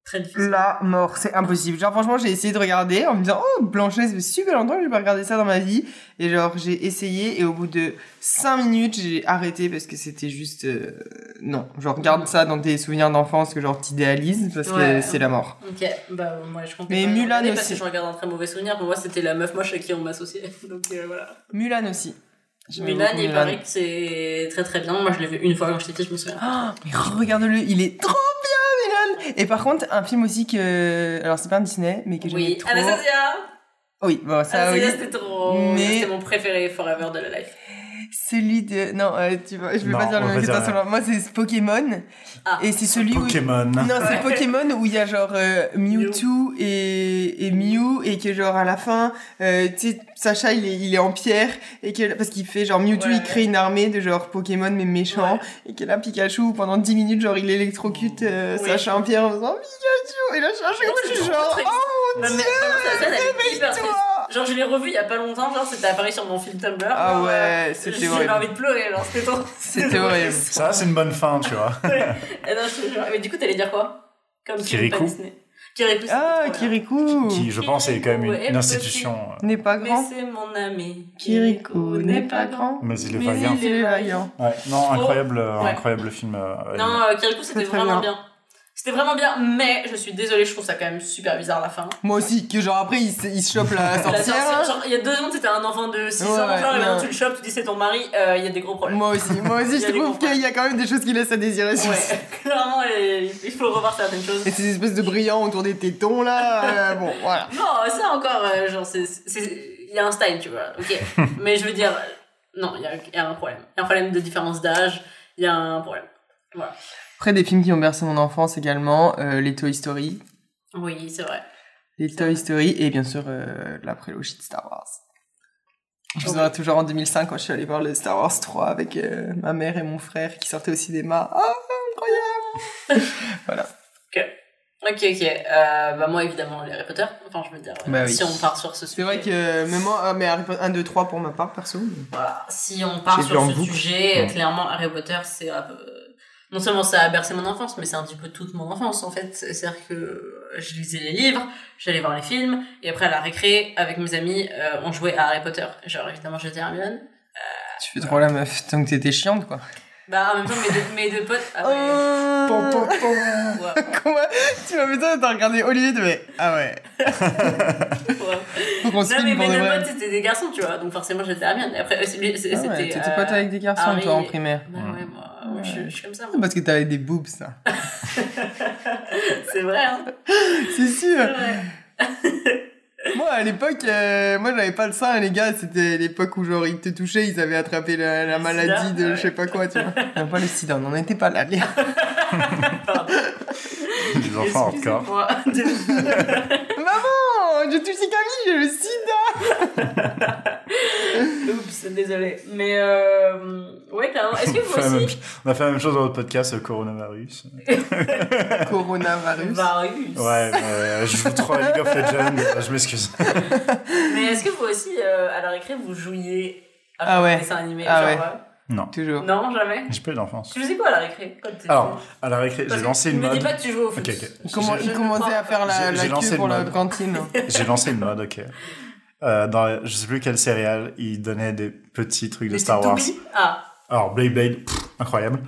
C: Très difficile.
B: la mort, c'est impossible. Genre franchement, j'ai essayé de regarder en me disant oh Blanchet, c'est super longtemps que j'ai pas regardé ça dans ma vie et genre j'ai essayé et au bout de 5 minutes, j'ai arrêté parce que c'était juste euh, non, genre garde ça dans tes souvenirs d'enfance que genre t'idéalises parce
C: Ouais.
B: que c'est la mort.
C: Ok, bah moi je comptais
B: Mais
C: pas
B: Mulan
C: regarder parce
B: aussi.
C: que je regarde un très mauvais souvenir. Pour moi, c'était la meuf moche à qui on m'associait. (laughs) Donc euh, voilà.
B: Mulan aussi. J'aimais
C: Mulan,
B: beaucoup
C: il paraît que c'est très très bien. Moi, je l'ai vu une fois quand j'étais petite, je me souviens.
B: Ah, (gasps) mais regarde-le, il est trop bien Mulan. Et par contre, un film aussi que alors c'est pas un Disney mais que j'aimais
C: Oui, Ah,
B: trop.
C: Anastasia
B: Oui, bon Ah, ça oui.
C: Anastasia, c'était trop.
B: Mais-
C: C'était mon préféré forever de la life.
B: Celui de. Non, euh, tu vois, je vais
A: Non,
B: pas dire le
A: on
B: même
A: va
B: que
A: dire
B: toi
A: la-
B: seulement. Moi, c'est Pokémon.
C: Ah.
B: et c'est celui où.
A: Pokémon.
B: Non, c'est
C: Ouais.
B: Pokémon où il y a genre euh, Mewtwo et, et Mew et que genre à la fin, euh, tu sais, Sacha il est, il est en pierre et que parce qu'il fait genre Mewtwo
C: Ouais.
B: il crée une armée de genre Pokémon mais méchants
C: Ouais.
B: et que là Pikachu pendant 10 minutes genre il électrocute euh,
C: Oui.
B: Sacha en pierre en faisant Pikachu et là Sacha je suis genre oh
C: Non, mais vraiment, ça, ça, ça, c'est hyper triste.
B: toi
C: Genre, je l'ai revu il y a pas longtemps, genre, c'était apparu sur mon film Tumblr.
B: ah
C: genre, euh,
B: ouais c'était
C: J'avais envie
B: horrible
C: de pleurer, alors c'était trop.
B: c'était horrible
A: Ça, c'est une bonne fin, tu vois.
C: Et non, je te jure. Mais du coup, t'allais dire quoi Comme si
A: Kirikou.
C: pas Disney. Kirikou. c'était
B: ah
C: trop bien.
B: Kirikou
A: Qui, je pense, est quand même
C: Ouais,
A: une, une
C: petit.
A: institution. euh,
B: n'est pas
C: Mais
B: grand
C: c'est mon ami.
B: Kirikou n'est pas grand
A: euh, Mais il est
C: Mais Oh.
A: vaillant.
B: il est vaillant
A: Ouais, non, incroyable, euh,
C: Ouais.
A: incroyable film. euh,
C: Non, euh, Kirikou, c'était
B: C'est très
C: vraiment
B: bien.
C: bien. C'était vraiment bien, mais je suis désolée, je trouve ça quand même super bizarre la fin.
B: Moi aussi, que genre après il se, il se chope la
C: (laughs) La
B: sorcière.
C: sorcière, genre, il y a deux ans, t'étais un enfant de 6
B: Ouais,
C: ans, genre, et
B: ouais.
C: maintenant tu le chopes, tu dis c'est ton mari, euh, il y a des gros problèmes.
B: moi aussi, moi
C: Il
B: aussi,
C: y
B: je
C: a des
B: trouve
C: comprends.
B: qu'il y a quand même des choses qui laissent à désirer. sur ça.
C: Ouais, (laughs) clairement, et- il faut revoir certaines choses.
B: Et ces espèces de brillants autour des tétons là, euh, bon voilà.
C: Non, ça encore, euh, genre, c'est. c'est- Il y a un style, tu vois,
B: (laughs)
C: ok. Mais je veux dire, euh, non, il y a, il y a un problème. Il y a un problème de différence d'âge, il y a un problème.
B: Après des films qui ont bercé mon enfance également, euh, les Toy Story,
C: Oui, c'est vrai.
B: les Toy Story et bien sûr euh, la prélogie de Star Wars. Je me souviens toujours en 2005 quand je suis allée voir le Star Wars 3 avec euh, ma mère et mon frère qui sortaient au cinéma. Ah, incroyable
C: Ok, ok. Euh, bah, moi, évidemment, les Harry Potter. Enfin, je veux dire, euh,
B: Bah oui.
C: si on part sur ce sujet.
B: C'est vrai que euh, même moi, ah, mais Harry Potter 1, 2, 3 pour ma part perso.
C: Voilà, si on part
B: J'ai vu
C: sur
B: en
C: ce
B: boucle.
C: sujet, euh,
A: Ouais.
C: clairement, Harry Potter, c'est un peu- Non seulement ça a bercé mon enfance, mais c'est un petit peu toute mon enfance, en fait. C'est-à-dire que je lisais les livres, j'allais voir les films, et après, à la récré, avec mes amis, euh, on jouait à Harry Potter. Genre, évidemment, j'étais Hermione.
B: Tu fais trop la meuf, donc t'étais chiante quoi.
C: Bah, en même temps, mes deux, (laughs) mes deux potes... Ah ouais.
B: Euh,
A: Pom, pom, pom.
B: (laughs)
C: Ouais,
B: Comment tu m'as mis toi t'as regardé Olivier tu fais, ah ouais
C: ouais.
B: faut qu'on se
C: Non, mais
B: filme pour
C: mes
B: de
C: deux
B: vrai
C: potes, c'était des garçons, tu vois, donc forcément, j'étais Hermione. Et après, eux, c'est- lui, c'est-
B: Ah
C: c'était...
B: ouais, t'étais
C: euh,
B: pote avec des garçons
C: Harry
B: toi en
C: et-
B: primaire Ah,
C: Bah ouais, moi, moi, je, je suis comme ça, moi.
B: parce que t'avais des boobs ça (laughs)
C: c'est vrai, hein.
B: c'est
C: C'est
B: sûr
C: vrai.
B: moi à l'époque euh, moi j'avais pas le sein les gars c'était l'époque où genre ils te touchaient ils avaient attrapé la, la
C: Le
B: maladie
C: sida,
B: de
C: ouais.
B: je sais pas quoi
C: (laughs)
B: tu vois non pas le sida on n'en était pas là les gars.
A: Les enfants hardcore.
C: Excusez-moi. (laughs)
B: Oh,
C: (laughs)
B: maman je touche Camille j'ai le sida
C: Oups, désolée. Mais euh, ouais, clairement. Est-ce que
A: On fait la
C: vous
A: même
C: aussi.
A: ch- on a fait la même chose dans notre podcast, le coronavirus.
B: Coronavirus.
C: Varus.
A: Ouais, mais, euh, je joue trop à League of Legends, euh, je m'excuse.
C: Mais est-ce que vous aussi, euh, à la récré, vous jouiez à
B: Ah ouais.
C: un dessin animé
B: Ah
C: genre, euh,
B: Toujours.
C: Non, jamais.
A: J'ai pas eu d'enfance.
C: Tu faisais quoi à la récré quand t'étais-
A: Alors, à la récré,
C: Parce
A: j'ai
C: que
A: lancé
C: tu
A: une
C: me dis
A: mode.
C: pas que tu joues au foot.
A: Ok, ok.
B: Il commen-
C: Je
B: il
C: ne
B: commençait
C: crois
B: à faire la,
A: J'ai-
B: la
A: j'ai lancé
B: queue pour
A: le
B: la
A: mode.
B: cantine.
A: J'ai lancé une mode, ok. Euh, dans, je sais plus quel céréal, il donnait des petits trucs de
C: Les
A: Star Wars.
C: Toupie Ah,
A: Alors, Blade Blade, pff,
C: (laughs)
A: incroyable.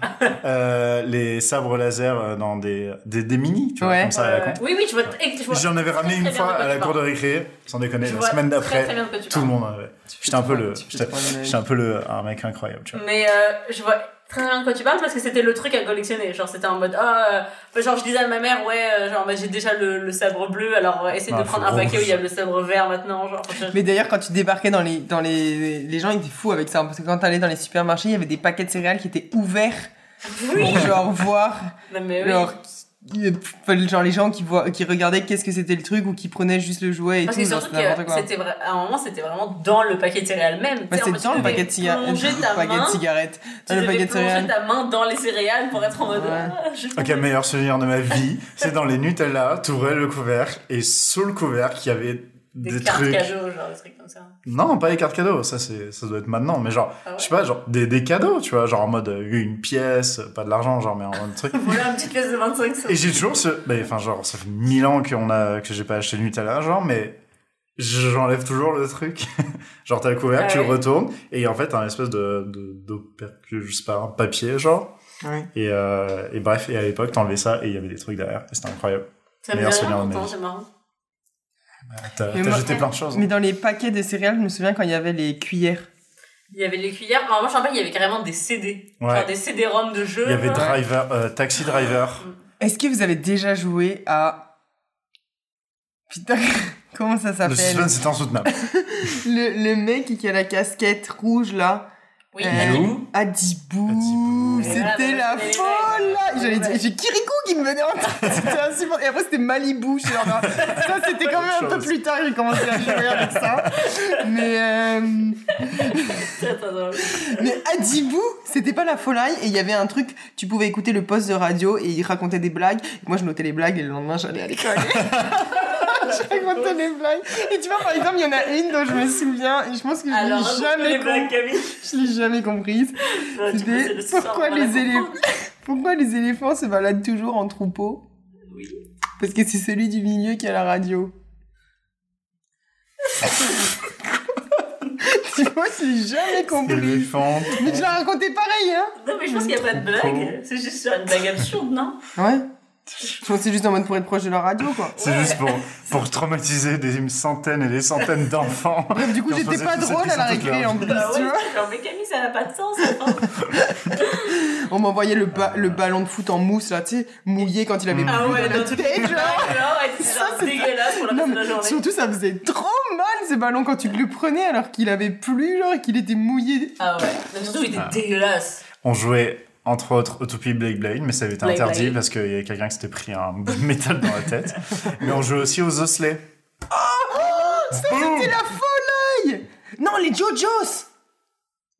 A: Euh, les sabres laser euh, dans des, des, des mini, tu vois,
B: Ouais.
A: comme ça, à la
C: euh,
A: con.
C: oui, oui, je vois. et je vois-
A: J'en avais ramené
C: très
A: une
C: bien
A: fois
C: de quoi
A: à la
C: tu
A: cour de
C: parles.
A: récré, sans déconner,
C: je
A: la
C: vois
A: semaine
C: très, très
A: d'après,
C: bien de quoi tu
A: tout le
C: parles.
A: monde en avait. J'étais un peu le,
B: Tu fais
A: j'étais
B: trop le mec.
A: j'étais un peu le, un mec incroyable, tu vois.
C: Mais euh, je vois très bien de quoi tu parles parce que c'était le truc à collectionner. Genre, c'était en mode. Ah, euh, genre, je disais à ma mère, ouais, euh, genre, bah, j'ai déjà le, le sabre bleu, alors euh, essaye
A: Ah,
B: Bah,
C: de prendre
A: faut
C: un paquet où
A: rouge.
C: il y a le sabre vert maintenant. Genre, tu vois.
B: Mais d'ailleurs, quand tu débarquais dans les, dans les, les gens, ils étaient fous avec ça. hein, Parce que quand t'allais dans les supermarchés, il y avait des paquets de céréales qui étaient ouverts pour genre voir,
C: Non, mais Eh oui.
B: genre, qui- euh, genre les gens qui, voient, qui regardaient qu'est-ce que c'était le truc ou qui prenaient juste le jouet et
C: Parce
B: tout.
C: que
B: genre,
C: surtout
B: c'était n'importe
C: que
B: quoi.
C: c'était vra- à un moment c'était vraiment dans le paquet de céréales même.
B: Bah, c'est dans le paquet de cigarettes.
C: ta
B: Le paquet
C: main,
B: de cigarettes.
C: Tu
B: Dans le paquet
C: devais
B: de
C: plonger
B: céréales.
C: ta main dans les céréales pour être en mode.
B: Ouais.
C: Ah, je
A: Ok, meilleur souvenir de ma vie, c'est dans les Nutella, t'ouvrais le couvercle, et sous le couvercle, il y avait
C: des,
A: des,
C: cartes
A: trucs.
C: cadeaux, genre des trucs comme ça.
A: Non, pas les cartes cadeaux, ça, c'est, ça doit être maintenant, mais genre,
C: Ah ouais.
A: je sais pas, genre, des, des cadeaux, tu vois, genre en mode euh, une pièce, pas de l'argent, genre, mais en mode
B: (laughs)
A: truc.
C: Voilà une petite pièce de 25 centimes.
A: Et j'ai toujours ce. ben, Enfin, genre, ça fait mille ans qu'on a, que j'ai pas acheté de Nutella, genre, mais j'enlève toujours le truc. (laughs) genre, t'as le couvercle,
C: Ah
A: tu
C: ouais.
A: le retournes, et en fait, t'as un espèce de, de, d'opercule, je sais pas, un papier, genre.
B: Ouais.
A: Et, euh, et bref, et à l'époque, t'enlevais ça, et il y avait des trucs derrière, et c'était incroyable.
C: Ça me dit
A: meilleur
C: rien
A: souvenir de ma
C: pourtant,
A: vie.
C: c'est marrant.
A: T'as,
B: Mais
A: t'as
B: moi-
A: jeté plein de choses. hein.
B: Mais dans les paquets de céréales, je me souviens quand il y avait les cuillères.
C: Il y avait les cuillères, mais moi je me rappelle, il y avait carrément des CD.
A: Ouais.
C: Genre des CD-ROM de jeux.
A: Il y avait
B: hein.
C: genre.
A: Driver, euh, Taxi Driver.
B: Est-ce que vous avez déjà joué à. Putain, (laughs) comment ça
A: Le
B: s'appelle
A: suspense, c'est insoutenable.
B: le, le mec qui a la casquette rouge là,
C: Oui,
B: Euh,
C: Adibou.
B: Adibou,
A: Adibou.
B: c'était
C: Ouais,
B: la
C: ouais,
B: folle là
C: ouais.
B: J'allais dire, j'ai Kirikou qui me venait en tête,
C: (laughs)
B: c'était insupportable. Et après c'était Malibu, je suis genre, non, ça c'était quand même un peu
A: Chose.
B: plus tard, j'ai commencé à jouer avec ça. Mais, euh,
C: Très, très drôle.
B: mais Adibou, c'était pas la folie et il y avait un truc, tu pouvais écouter le poste de radio et il racontait des blagues. Moi je notais les blagues et le lendemain j'allais à
C: (laughs)
B: l'école. Je racontais les blagues. Et tu vois, par exemple, il y en a une dont je me souviens et je pense que je
C: Alors,
B: l'ai jamais
C: les blagues,
B: comprise.
C: Camille.
B: Je l'ai jamais comprise.
C: Genre, tu
B: C'était
C: faisais le sort,
B: pourquoi
C: on la
B: les,
C: comprend.
B: éléphants, pourquoi les éléphants se baladent toujours en troupeau
C: Oui.
B: Parce que c'est celui du milieu qui a la radio. tu vois, je l'ai jamais compris.
A: Éléphant.
B: Mais tu l'as raconté pareil, hein
C: Non, mais je pense qu'il n'y a pas de blague. C'est juste genre une blague absurde, non
B: Ouais. Je pense que c'est juste en mode pour être proche de la radio, quoi.
A: C'est
B: (laughs)
C: Ouais.
A: juste pour, pour traumatiser des centaines et des centaines d'enfants.
B: Bref, du coup,
A: Et on
B: j'étais
A: faisait
B: pas
A: tous cette
B: drôle à la
A: question toute
B: récré
A: la
B: en plus,
C: Bah ouais,
B: tu vois.
C: genre, mais Camille, ça n'a pas de sens.
B: (laughs)
C: enfin.
B: On m'envoyait le, ba- le ballon de foot en mousse, là, tu sais, mouillé quand il avait
A: Ah
B: plu dans
C: non,
B: la
C: tout-
B: tête, genre.
C: Alors, et c'est
B: Ça,
C: genre
B: c'est-
C: dégueulasse pour le
B: Non,
C: reste de Ah, la
B: mais
C: journée.
B: surtout, ça faisait trop mal ce ballon quand tu le prenais alors qu'il avait plu, genre, et qu'il était mouillé.
C: Ah ouais, mais surtout il était
A: Ah.
C: dégueulasse.
A: (laughs) On jouait entre autres Utopie Blade Blade, mais ça avait été
C: Blade
A: interdit
C: Blade.
A: parce qu'il y avait quelqu'un qui s'était pris un bout de métal dans la tête. mais on jouait aussi aux osselets. Boum
B: C'était la folie Non, les Jojos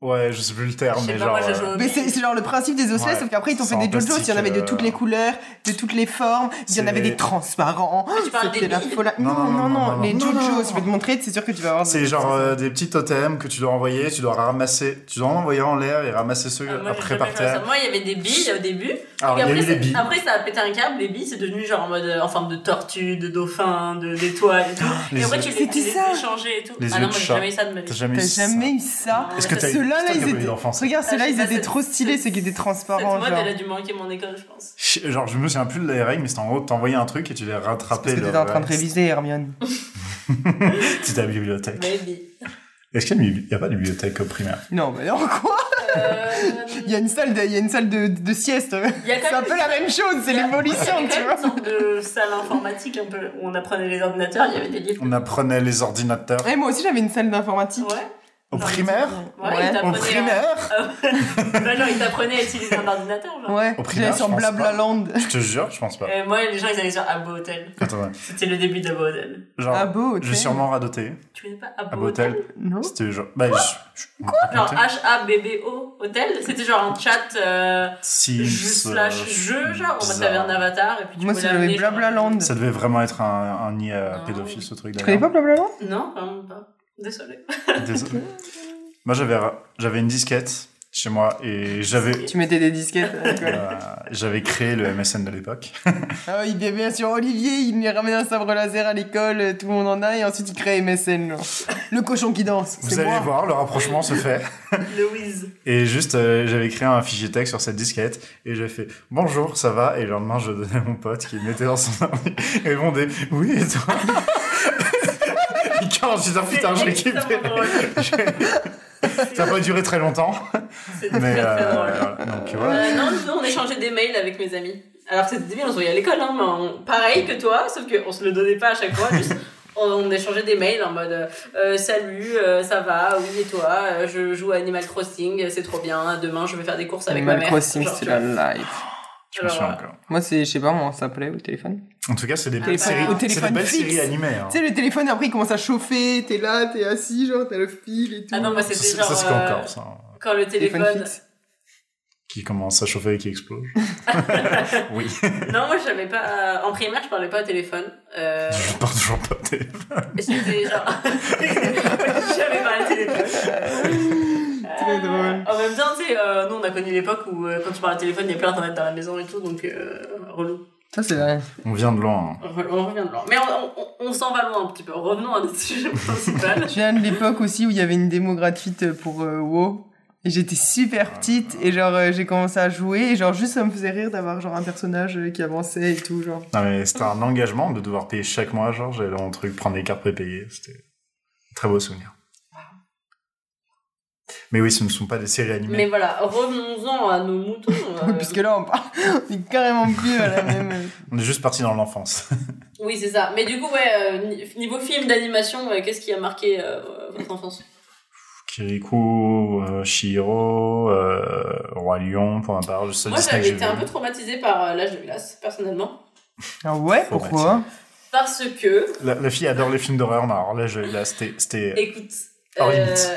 A: ouais, je sais plus le terme,
C: Je sais
A: mais
C: pas,
A: genre.
C: moi, je
A: euh,
C: joue au
B: Mais c'est c'est genre le principe des osselets,
A: Ouais.
B: sauf qu'après ils t'ont fait
A: C'est
B: des
A: en
B: Jojos, il y en
A: plastique,
B: avait de
A: euh,
C: euh,
B: toutes les couleurs, de toutes les formes, il y en
A: c'est-
B: avait des transparents.
C: Ah, tu parles des
B: C'était la
C: billes
B: folie. Non, non, non, les
A: non, non,
B: Jojos,
A: non.
B: je vais te montrer, c'est sûr que tu vas avoir.
A: C'est genre euh, des petits totems que tu dois envoyer, tu dois ramasser, tu dois en envoyer en l'air et ramasser ceux
C: Ah, moi, j'ai
A: Euh, après
C: jamais
A: par
C: joué à ça.
A: terre.
C: Moi, il y avait des billes au début.
A: Alors
C: Et
A: Ah, il y a
C: après,
A: eu les
C: c'est-
A: billes.
C: après, ça a pété un câble, les billes, c'est devenu genre en mode euh, en forme de tortue, de dauphin, de- d'étoile et tout.
A: Ah, les
C: et après,
A: yeux-
C: tu les,
B: C'était
C: tu les
B: ça.
C: fais changer et tout.
A: Les
C: ah
A: yeux
C: non,
A: de
C: moi, j'ai
A: chat.
C: jamais eu ça de ma vie.
A: T'as jamais eu
B: T'as
A: ça.
B: jamais eu ça
A: Est-ce que t'as eu-
B: Ceux-là,
A: est-ce que
B: là,
A: t'as
B: ils
A: pas eu
B: étaient.
A: d'enfance
B: Regarde,
C: Ah,
B: ceux-là,
C: je sais
B: ils
C: pas,
B: étaient
C: cette-
B: trop stylés,
C: cette-
B: ceux qui étaient
C: Cette
B: transparents,
C: mode,
B: genre.
C: elle a dû manquer mon école, je pense.
A: Ch- Genre, je me souviens plus de les règles, mais c'était en gros, t'envoyais un truc et tu les
B: Parce que
A: rattrapais.
B: t'étais
A: le
B: en train de
A: reste.
B: réviser, Hermione.
A: C'était à la bibliothèque. (laughs)
C: Maybe.
A: Est-ce qu'il y a, une bibli- il y a pas de bibliothèque au primaire
B: Non, mais non, quoi
C: Euh,
B: Il y a une salle de, il y a une salle de, de sieste.
C: Il y a
B: C'est un peu la même chose, c'est
C: il y a-
B: l'évolution,
C: il y
B: tu
C: avait
B: vois.
C: une sorte de salle informatique un peu où on apprenait les ordinateurs, il y avait des livres.
A: On apprenait les ordinateurs.
B: Eh, Et moi aussi j'avais une salle d'informatique.
C: Ouais.
A: Au primaire
C: Ouais,
B: Ouais.
C: il
A: Au
C: t'apprenait. à-
A: primaire
C: Bah, genre, il t'apprenait à utiliser un ordinateur, genre.
B: Ouais,
A: Au primaire,
B: j'allais sur
A: je pense
B: Blablaland.
A: Je te jure, je
C: (laughs)
A: pense pas.
C: Euh, moi, les gens, ils allaient sur Abbo Hotel.
A: Attends, ouais.
C: C'était le début d'Abbo Hotel.
A: genre,
B: Ah beau, ok.
A: j'ai sûrement radoté.
C: Tu connais pas Abbo,
A: Abbo
C: Hotel,
A: Hotel,
B: Non.
A: c'était genre. Bah, je- je-
C: Genre H-A-B-B-O Hotel. C'était genre un chat euh,
A: Si.
C: jeu
A: ça-
C: slash jeu, genre. En mode, t'avais un avatar et puis tu
B: Moi,
C: pouvais
B: c'est j'avais
C: l'amener, genre.
B: Blablaland.
A: Ça devait vraiment être un, un nid à
C: Non.
A: pédophile, ce truc
B: Tu connais pas Blablaland
C: Non, vraiment pas.
A: (laughs)
C: Désolée.
A: Désolé. Moi, j'avais, j'avais une disquette chez moi et j'avais,
B: Tu mettais des disquettes. à l'école.
A: euh, j'avais créé le MSN de l'époque.
B: ah oui, bien, bien sûr, Olivier, il lui ramène un sabre laser à l'école, euh, tout le monde en a, et ensuite il crée MSN. genre. Le cochon qui danse.
A: Vous
B: c'est
A: allez
B: moi.
A: voir, le rapprochement se fait.
C: Le whiz.
A: Et juste, euh, j'avais créé un fichier texte sur cette disquette et j'ai fait bonjour, ça va. Et le lendemain, je donnais à mon pote qui mettait dans son ordi et répondait oui et toi. (laughs) Et quand je dit Oh, putain, j'ai
C: C'est
A: récupéré.
C: extrêmement drôle.
A: (laughs) Ça n'a pas duré très longtemps,
C: C'est
A: mais
C: très, très
A: euh,
C: drôle.
A: voilà. donc voilà.
C: Euh, non, nous, on échangeait des mails avec mes amis. Alors que c'était débile, on se voyait à l'école, hein, mais on- pareil que toi, sauf qu'on se le donnait pas à chaque
A: (laughs)
C: fois, juste on, on échangeait des mails en mode euh, euh, Salut, euh, ça va, oui et toi, Euh, je joue à Animal Crossing, c'est trop bien, demain je vais faire des courses avec
B: Animal
C: ma mère.
B: Crossing,
C: Genre,
B: c'est
C: tu
B: la
C: vois.
B: life.
A: Je me
C: Alors,
A: souviens
C: euh,
A: encore.
B: Moi, c'est, je sais pas, moi, on s'appelait au téléphone.
A: En tout cas, c'est des
C: Au
A: belles séries,
B: téléphone
A: c'est des belles
B: fixe.
A: séries animées. hein.
B: Tu sais, le téléphone, après, il commence à chauffer, t'es là, t'es assis, genre, t'as le fil et tout.
C: Ah non, moi
A: Ça,
C: c'était
A: c'est-
C: genre.
A: ça, c'est
C: euh,
A: encore ça. hein.
C: quand le
B: téléphone
C: téléphone.
B: fixe.
A: qui commence à chauffer et qui explose. (laughs) oui,
C: Non, moi j'avais pas. En primaire, je parlais pas au téléphone. Euh,
A: je parle toujours pas. des-
C: J'étais genre. (laughs) J'avais pas le téléphone.
B: (laughs)
C: Euh,
B: Très drôle.
C: En même temps, tu sais, euh, nous on a connu l'époque où euh, quand tu parles au téléphone, il y a plus internet dans la maison et tout, donc euh, relou.
B: Ça, c'est vrai.
A: On vient de loin. hein.
C: On re- on revient de loin. Mais on, on- on s'en va loin un petit peu. Revenons à notre (laughs) sujet principal.
B: Je viens de l'époque aussi où il y avait une démo gratuite pour euh, WoW. Et j'étais super petite et genre euh, j'ai commencé à jouer et genre juste ça me faisait rire d'avoir genre un personnage euh, qui avançait et tout genre.
A: Non mais c'était un engagement de devoir payer chaque mois, genre j'allais dans mon truc prendre des cartes prépayées, c'était un très beau souvenir. Mais oui, ce ne sont pas des séries animées.
C: Mais voilà, revenons-en à nos moutons.
B: (laughs)
C: euh.
B: Oui, puisque là on parle, on est carrément plus à la même. euh,
A: On est juste parti dans l'enfance. (laughs)
C: Oui, c'est ça. Mais du coup, ouais, euh, ni- niveau film d'animation, euh, qu'est-ce qui a marqué euh, votre enfance
A: Kirikou, euh, Shihiro, euh, Roi Lion pour ma part, le seul
C: Moi
A: Disney que
C: j'avais
A: j'ai
C: été un
A: vu.
C: peu traumatisée par euh, l'âge de glace, personnellement.
B: Ah ouais,
A: Faut
B: pourquoi
C: Parce que.
A: La, la fille adore les films d'horreur, mais alors là, je- là c'était- c'était...
C: Écoute,
A: Par
C: euh,
A: limite.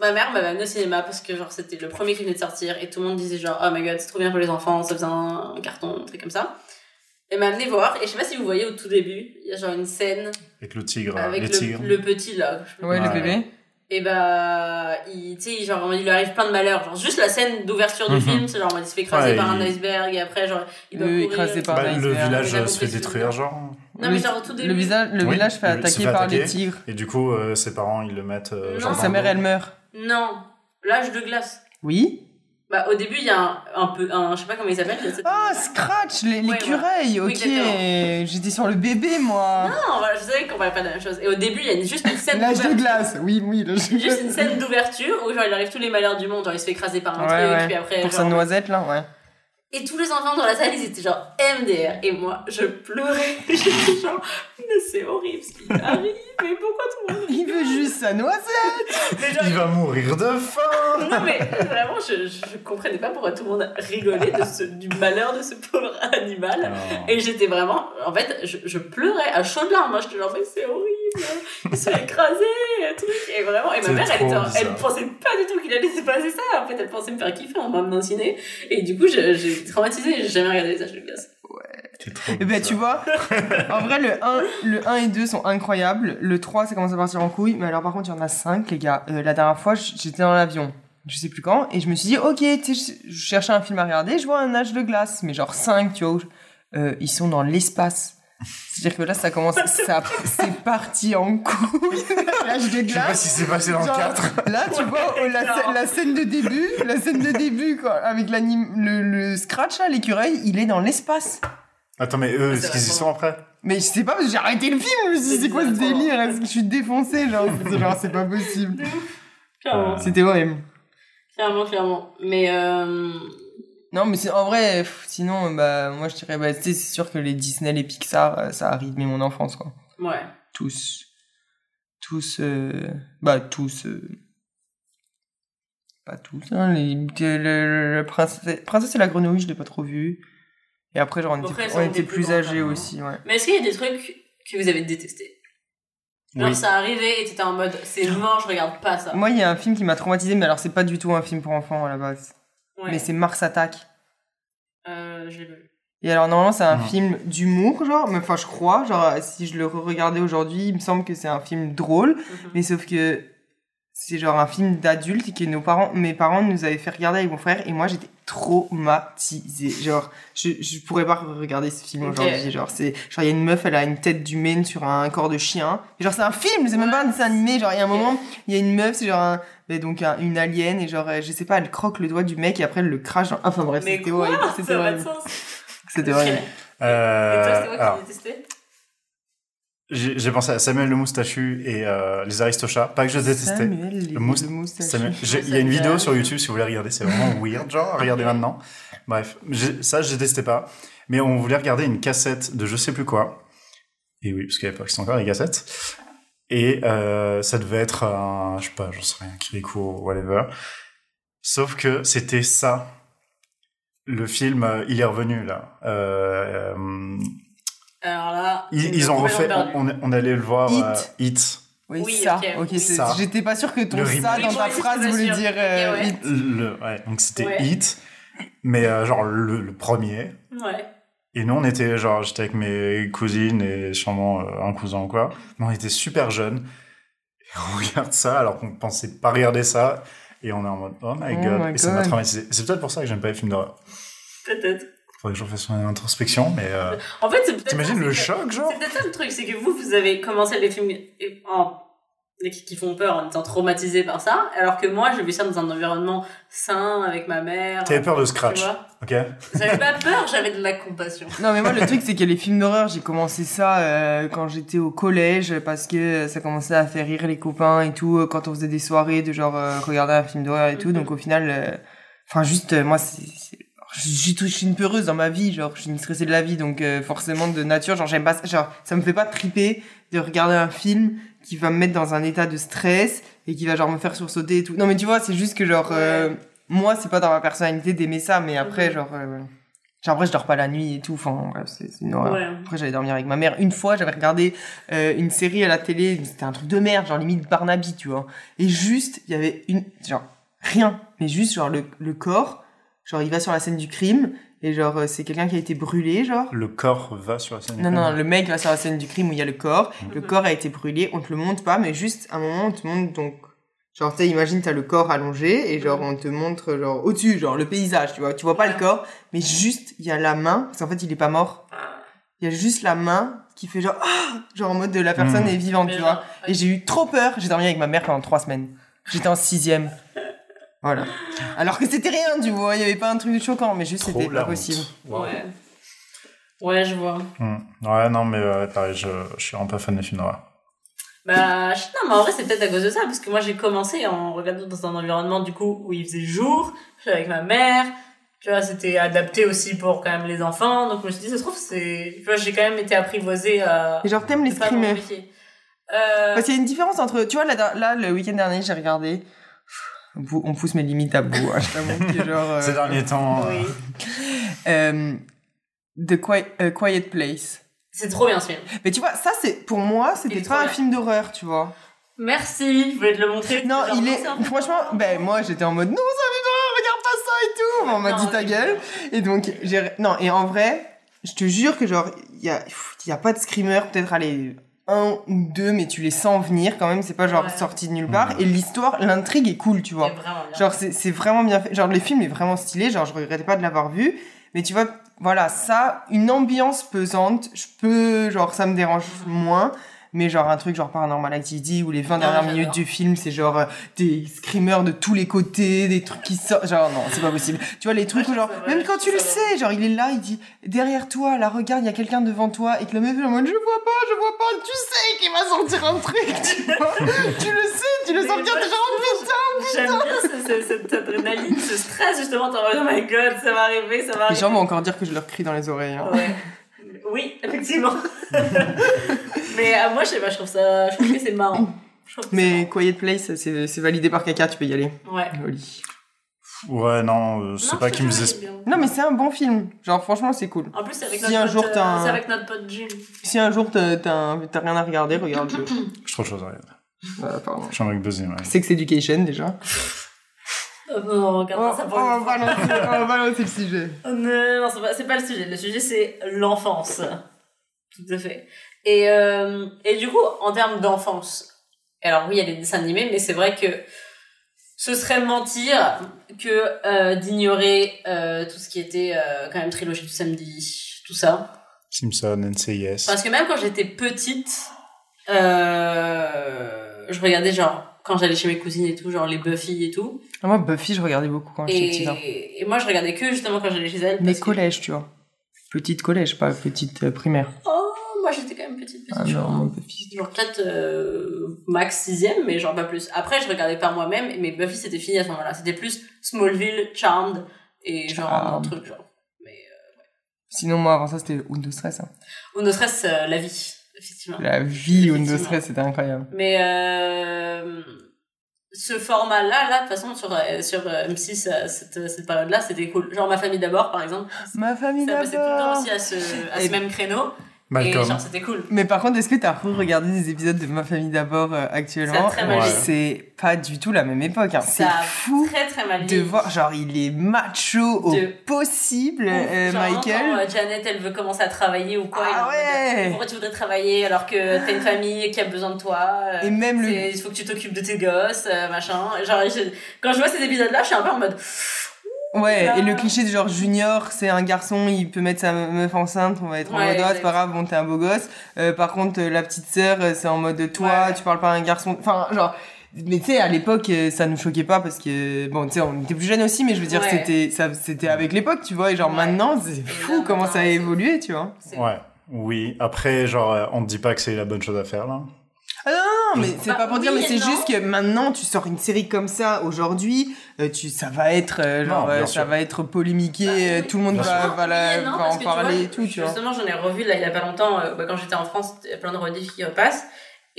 C: ma mère m'avait amené au cinéma parce que genre c'était le premier qui venait de sortir et tout le monde disait genre oh my god c'est trop bien pour les enfants, ça faisait un, un carton, un truc comme ça. Elle m'a amené voir et je sais pas si vous voyez au tout début, il y a genre une scène
A: Avec le tigre,
C: avec
A: Bah, les
C: le,
A: tigres.
C: le petit là. je sais pas
B: Ouais, le
A: Ouais.
B: bébé.
C: et bah il tu sais genre il lui arrive plein de malheurs genre juste la scène d'ouverture du
A: Mhm.
C: film c'est genre il se fait écraser
A: Ouais,
C: par
A: il-
C: un iceberg et après genre il doit
B: Oui,
C: courir.
B: écrasé par-
A: Bah,
B: Pareil,
A: le
B: c'est un-
A: village
C: j'ai
A: euh, se fait
C: compris ce que tu
A: détruire, genre.
C: non mais genre au tout
B: Le,
C: début
B: visage, le
A: Oui,
B: village fait
A: le- se
B: attaquer
A: fait
B: par
A: attaquer.
B: les tigres.
A: Et du coup, euh, ses parents, ils le mettent. euh,
C: Non.
A: genre
B: Sa
A: dans
B: mère
A: l'eau.
B: elle meurt.
C: non l'âge de glace
B: Oui.
C: bah au début il y a un, un peu un je sais pas comment il s'appelle cette-
B: Ah Scratch, les-
C: Ouais,
B: l'écureuil.
C: Oui,
B: ok,
C: exactement.
B: j'étais sur le bébé moi.
C: Non, on va- je savais qu'on parlait pas de la même chose. Et au début, il y a une- juste une scène
B: L'âge de
C: d'ouverture.
B: glace. Oui, oui. l'âge de
C: Juste une
B: glace.
C: scène d'ouverture où genre il arrive tous les malheurs du monde, genre il se fait écraser par un
B: Ouais,
C: truc,
B: ouais.
C: puis après.
B: Pour
C: genre-
B: sa noisette là, ouais.
C: Et tous les enfants dans la salle, ils étaient genre MDR. Et moi, je pleurais. (laughs) J'étais genre, mais c'est horrible ce qui arrive, mais pourquoi tout le monde.
B: Il veut juste sa noisette.
C: Mais genre,
A: Il va mourir de faim
C: Non mais vraiment, je, je comprenais pas pourquoi tout le monde rigolait de ce, du malheur de ce pauvre animal. Et j'étais vraiment, en fait, je, je pleurais à chaudes larmes. Moi, j'étais genre, mais c'est horrible, il se fait écraser, un truc. Et vraiment, et ma
A: C'est
C: mère, elle,
A: trop
C: était en- elle
A: bizarre.
C: pensait pas du tout qu'il allait se passer ça. En fait, elle pensait me faire kiffer en m'emmenant au ciné. Et du coup, je- j'ai été traumatisée et j'ai jamais regardé les âges de glace.
A: T'es trop
B: Eh ben
A: bizarre.
B: tu vois, en vrai le 1, le 1 et 2 sont incroyables, le 3 ça commence à partir en couille, mais alors par contre il y en a 5 les gars. Euh, la dernière fois j- j'étais dans l'avion, je sais plus quand, et je me suis dit ok, tu sais, je je cherchais un film à regarder, je vois un âge de glace, mais genre 5 tu vois, où je- euh, ils sont dans l'espace. C'est-à-dire que là ça commence, ça, c'est parti en couille, (laughs) l'âge de
A: Je sais pas
B: glace.
A: si c'est passé dans le
B: Genre,
A: 4.
B: Là, tu
C: Ouais,
B: vois, oh, la,
C: clairement.
B: scè- la scène de début, la scène de début, quoi, avec l'anim- le, le scratch, là, l'écureuil, il est dans l'espace.
A: Attends, mais eux,
C: Ça
A: est-ce qu'ils y
C: va.
A: sont après
B: Mais je sais pas, parce que j'ai arrêté le film, je me suis dit, c'est quoi ce délire Est-ce que je suis défoncée Genre, c'est- genre, c'est pas possible. Ah,
C: Clairement,
A: Euh.
B: C'était horrible.
C: clairement, clairement. Mais euh,
B: Non, mais c'est en vrai, pff, sinon, bah, moi je dirais, bah, tu sais, c'est sûr que les Disney, les Pixar, euh, ça a rythmé mon enfance, quoi.
C: ouais.
B: Tous. Tous. euh, Bah, tous. euh, Pas tous. hein, les- le, le- le princesse, princesse et la grenouille, je l'ai pas trop vu. Et après, genre, on était,
C: Après,
B: on
C: ça, on
B: était
C: était plus
B: plus
C: grands,
B: âgés
C: clairement.
B: aussi, ouais.
C: Mais est-ce qu'il y a des trucs que vous avez détestés Genre,
A: Oui.
C: ça arrivait et t'étais en mode c'est mort, je regarde pas ça.
B: Moi, il y a un film qui m'a traumatisé, mais alors, c'est pas du tout un film pour enfants à la base.
C: Ouais.
B: Mais c'est Mars Attack.
C: Euh, je l'ai vu.
B: Et alors, normalement, c'est un
A: Mhm.
B: film d'humour, genre, mais enfin, je crois, genre, si je le regardais aujourd'hui, il me semble que c'est un film drôle,
C: Mhm.
B: mais sauf que c'est genre un film d'adulte et que nos parents, mes parents nous avaient fait regarder avec mon frère, et moi, j'étais traumatisée. Genre, je, je pourrais pas regarder ce film
C: Ok.
B: aujourd'hui, genre, c'est, genre, il y a une meuf, elle a une tête d'humaine sur un corps de chien. Et genre, c'est un film, c'est même pas un dessin animé, genre, il y a un moment, il y a une meuf, c'est genre un- mais donc un- une alien, et genre, euh, je sais pas, elle croque le doigt du mec, et après, elle le crache dans... Enfin, bref,
C: Mais
B: c'était
C: quoi
B: horrible, c'était
C: Ça n'a pas de
B: horrible,
C: sens.
B: c'était
C: Ok.
B: horrible.
C: Et
A: Euh,
C: toi, c'était quoi
A: alors,
C: que tu détestais
A: j'ai j'ai pensé à Samuel le Moustachu et euh, les Aristochats. Pas que je détestais.
B: Samuel, les-
A: Le mousse-
B: le moustachu.
A: Samuel- j'ai- Il y a une vidéo sur YouTube si vous voulez regarder, c'est vraiment weird, genre, regardez maintenant. Bref, j'ai- ça, je détestais pas. Mais on voulait regarder une cassette de je sais plus quoi. Et oui, parce qu'à l'époque, c'était encore les cassettes. Et euh, ça devait être un, je sais pas, j'en sais rien, Kirikou ou whatever. Sauf que c'était ça. Le film, euh, il est revenu, là. Euh, euh,
C: Alors là.
A: ils, ils ont refait, on, on- on allait le voir.
B: Hit.
A: euh, Hit.
B: Oui,
C: Oui,
B: ça.
C: ok,
B: Ok,
C: oui.
B: c'est-
A: Ça.
B: J'étais pas sûre que ton
A: Le
B: ça
A: remake.
B: dans
C: Oui,
B: ta
C: moi aussi,
B: phrase
C: je suis
B: voulait
C: pas
B: dire
C: sûre.
B: euh,
C: Ok, ouais.
B: hit.
A: Le, ouais, donc c'était
C: Ouais.
A: Hit, mais euh, genre le, le premier.
C: Ouais.
A: Et nous, on était genre, j'étais avec mes cousines et sûrement euh, un cousin ou quoi, mais on était super jeunes. Et on (laughs) regarde ça alors qu'on pensait pas regarder ça. Et on est en mode, oh my
B: Oh
A: god,
B: my
A: et ça m'a
B: God.
A: traumatisé. C'est peut-être pour ça que j'aime pas les films d'horreur.
C: Peut-être.
A: Faudrait que je refasse une introspection, mais. euh,
C: (laughs) En fait, c'est peut-être.
A: T'imagines
C: ça,
A: le
C: c'est que-
A: choc, genre
C: C'est peut-être ça le truc, c'est que vous, vous avez commencé les films en. les- qui font peur en étant traumatisés par ça, alors que moi, j'ai vu ça dans un environnement sain avec ma mère.
A: T'avais peur de
C: Tu
A: Scratch,
C: vois
A: ok
C: J'avais pas peur, j'avais de la compassion.
B: Non, mais moi, le truc, c'est que les films d'horreur, j'ai commencé ça euh, quand j'étais au collège parce que euh, ça commençait à faire rire les copains et tout, euh, quand on faisait des soirées de genre euh, regarder un film d'horreur et tout. Donc, au final, euh, enfin, juste, euh, moi, c'est. c'est- j'ai tout- Je suis une peureuse dans ma vie, genre je suis une stressée de la vie, donc euh, forcément de nature, genre j'aime pas, ça- genre ça me fait pas triper de regarder un film qui va me mettre dans un état de stress et qui va genre me faire sursauter et tout. Non mais tu vois, c'est juste que genre
C: Ouais.
B: euh, moi c'est pas dans ma personnalité d'aimer ça, mais après
C: Mhm.
B: genre euh, voilà. Genre après je dors pas la nuit et tout, enfin bref, c'est c'est une horreur.
C: Ouais.
B: Après j'allais dormir avec ma mère. Une fois j'avais regardé euh, une série à la télé, mais c'était un truc de merde, genre limite Barnaby, tu vois. Et juste, il y avait une... Genre rien, mais juste genre le, le corps, genre il va sur la scène du crime, et genre euh, c'est quelqu'un qui a été brûlé, genre.
A: Le corps va sur la scène. du
B: Non,
A: film.
B: non, le mec va sur la scène du crime où il y a le corps, le
C: Mhm.
B: corps a été brûlé, on te le montre pas, mais juste à un moment on te montre donc. Genre, tu imagine, t'as le corps allongé, et genre, on te montre, genre, au-dessus, genre, le paysage, tu vois. Tu vois pas le corps, mais juste, il y a la main, parce qu'en fait, il est pas mort.
C: Ah.
B: Il y a juste la main qui fait genre, ah genre en mode de la personne
A: Mhm.
B: est vivante,
C: Mais
B: tu
C: genre,
B: vois. Et j'ai eu trop peur, j'ai dormi avec ma mère pendant trois semaines. J'étais en sixième.
C: (laughs)
B: Voilà. Alors que c'était rien, tu vois, il y avait pas un truc de choquant, mais juste,
A: Trop
B: c'était
A: la
B: pas
A: honte.
B: possible.
A: Wow.
C: Ouais. Ouais, je vois.
A: Hmm. Ouais, non, mais euh, pareil, je, je suis vraiment pas fan des films d'horreur.
C: Bah, je- non, mais en vrai, c'est peut-être à cause de ça, parce que moi, j'ai commencé en regardant dans un environnement, du coup, où il faisait jour, j'étais avec ma mère, tu vois, c'était adapté aussi pour quand même les enfants, donc je me suis dit, ça se trouve, c'est, tu vois, j'ai quand même été apprivoisée à...
B: Et genre, t'aimes les
C: C'est pas mon
B: screamers.
C: métier. Euh,
B: Parce qu'il y a Bah, une différence entre. Tu vois, là, là, le week-end dernier, j'ai regardé. On pou- on pousse mes limites à bout. hein, je t'avoue que genre. euh,
A: Ces derniers temps. euh,
C: oui.
B: euh, The Qui- euh, Quiet Place.
C: C'est trop bien ce film.
B: Mais tu vois, ça, c'est pour moi,
C: Il
B: c'était
C: est
B: pas
C: trop
B: un
C: bien.
B: film d'horreur, tu vois.
C: Merci, je voulais te le montrer.
B: Non,
C: Genre,
B: il est.
C: c'est un film
B: Franchement,
C: d'horreur.
B: ben moi, j'étais en mode non, c'est un film d'horreur, regarde pas ça et tout. On m'a
C: Non,
B: dit ta
C: c'est-
B: gueule. Et donc, j'ai. Non, et en vrai, je te jure que genre, il y a, pff, il y a pas de screamer, peut-être aller un ou deux, mais tu les sens venir quand même, c'est pas genre
C: Ouais.
B: sorti de nulle part. Et l'histoire, l'intrigue est cool, tu
C: Il
B: vois.
C: est vraiment bien.
B: Genre, c'est c'est vraiment bien fait. Genre, le film est vraiment stylé. Genre, je regrette pas de l'avoir vu. Mais tu vois, voilà, ça, une ambiance pesante, je peux, genre, ça me dérange
C: Mhm.
B: moins. Mais genre, un truc genre Paranormal Activity où les 20 dernières
C: Ah, j'adore.
B: minutes du film, c'est genre euh, des screamers de tous les côtés, des trucs qui sortent. Genre, non, c'est pas possible. Tu vois, les trucs
C: Ouais,
B: où, genre,
C: Ah, c'est vrai,
B: même quand tu le
C: c'est
B: sais, genre, il est là, il dit derrière toi, là, regarde, il y a quelqu'un devant toi, et que le mec est en mode, je vois pas, je vois pas, tu sais qu'il va sortir un truc, tu vois.
C: (laughs)
B: tu le sais, tu le sens
C: Mais
B: bien,
C: moi,
B: t'es genre, oh, putain,
C: J'aime bien ce- ce- cette adrénaline, ce stress, justement, t'es en mode, oh my god, ça va arriver, ça va
B: Les
C: arriver.
B: gens vont encore dire que je leur crie dans les oreilles. hein.
C: Ouais. Oui,
B: (laughs)
C: effectivement. mais euh, moi, je sais pas, je trouve ça. Je trouve que c'est marrant. Je trouve que c'est
B: Mais Quiet Place, c'est c'est validé par caca, tu peux y aller.
C: marrant. Ouais.
B: Joli.
A: Ouais, non, euh, c'est
C: Non,
A: pas
C: je
A: qui me
C: te jure,
A: faisait.
C: il est bien.
B: Non, mais c'est un bon film. Genre, franchement, c'est cool.
C: En plus, c'est avec,
B: Si
C: notre
B: un
C: pote,
B: jour
C: euh,
B: t'as un-
C: c'est avec notre pote Jim.
B: Si un jour t'as t'as un- t'as rien à regarder, (laughs) regarde-le.
A: Je trouve chose à rien.
B: voilà, pardon.
A: Je suis un mec buzzé, ouais.
B: Sex Education, déjà.
C: Oh non, regarde
B: Oh,
C: ça
B: oh,
C: pour
B: on
C: une
B: va
C: fois.
B: lancer- on va lancer le sujet.
C: Oh Non, non, c'est pas, c'est pas le sujet. Le sujet, c'est l'enfance. Tout à fait. Et, euh, et du coup, en termes d'enfance, alors oui, il y a les dessins animés, mais c'est vrai que ce serait mentir que euh, d'ignorer euh, tout ce qui était euh, quand même trilogie du samedi, tout ça.
A: Simpson, NCIS.
C: Parce que même quand j'étais petite, euh, je regardais genre quand j'allais chez mes cousines et tout, genre les Buffy et tout.
B: Ah, Moi, Buffy, je regardais beaucoup quand j'étais petite. hein.
C: Et, et moi je regardais que justement quand j'allais chez elles.
B: Mais
C: parce que-
B: collège, tu vois. Petite collège, pas petite euh, primaire.
C: Oh, moi j'étais quand même petite. petite
B: Ah
C: genre.
B: non, moi, Buffy.
C: Genre peut-être euh, max sixième, mais genre pas plus. Après je regardais par moi-même, mais Buffy c'était fini à ce moment-là. C'était plus Smallville, Charmed et genre un
B: Charmed.
C: truc genre. Mais,
B: Sinon, moi, avant ça, c'était Undo Stress. hein.
C: euh, ou ne serait-ce euh, la vie, effectivement.
B: La vie Undo
C: Effectivement.
B: Stress, c'était incroyable.
C: Mais euh, ce format-là, là, de toute façon, sur, euh, sur euh, M6, euh, cette, cette période-là, c'était cool. Genre, Ma famille d'abord, par exemple,
B: Ma famille
C: ça passait tout le temps
B: d'abord.
C: aussi à ce, à
B: Et-
C: ce même créneau. Et
A: Malcolm.
C: genre, c'était cool.
B: Mais par contre, est-ce que t'as re-regardé des épisodes de Ma famille d'abord euh, actuellement
C: C'est très
A: mal vieilli.
B: C'est pas du tout la même époque. hein. C'est
C: Ça a
B: fou
C: Très, très mal
B: de
C: vieilli.
B: voir. Genre, il est macho au
C: De-
B: possible,
C: Ouf,
B: euh,
C: genre,
B: Michael.
C: quand, euh, Janet, elle veut commencer à travailler ou quoi.
B: Ah
C: elle est en mode,
B: ouais.
C: euh, Pourquoi tu voudrais travailler alors que t'as une famille qui a besoin de toi euh,
B: Et même le-
C: c'est- Il faut que tu t'occupes de tes gosses, euh, machin. Genre, je- quand je vois ces épisodes-là, je suis un peu en mode.
B: Ouais,
C: Ah.
B: et le cliché de genre junior, c'est un garçon, il peut mettre sa meuf enceinte, on va être en
C: Ouais,
B: mode ah, c'est
C: exact.
B: pas grave, bon t'es un beau gosse. Euh, par contre, euh, la petite sœur, euh, c'est en mode toi,
C: Ouais.
B: tu parles pas à un garçon. Enfin, genre, mais tu sais, à l'époque, euh, ça nous choquait pas parce que bon, tu sais, on était plus jeunes aussi, mais je veux dire,
C: Ouais.
B: c'était, ça, c'était avec l'époque, tu vois. Et genre
C: Ouais.
B: maintenant, c'est fou
C: là,
B: comment ça a
C: maintenant,
B: évolué, tu vois.
C: c'est-
A: Ouais. Oui. Après, genre, euh, on ne dit pas que c'est la bonne chose à faire, là.
B: Non, mais c'est
C: Bah,
B: pas pour dire,
C: oui
B: mais
C: et
B: c'est
C: non.
B: juste que maintenant, tu sors une série comme ça aujourd'hui, euh, tu, ça va être, euh, genre,
A: Non, bien
B: euh,
A: sûr.
B: ça va être polémiqué,
C: Bah,
B: euh,
C: oui.
B: tout le monde
A: Bien
B: va,
C: sûr.
B: va la-
C: Oui et non,
B: va
C: parce
B: en
C: que tu
B: parler
C: vois,
B: et tout, tu vois.
C: Justement, j'en ai revu là, il y a pas longtemps, euh, bah, quand j'étais en France, il y a plein de rediffs qui repassent.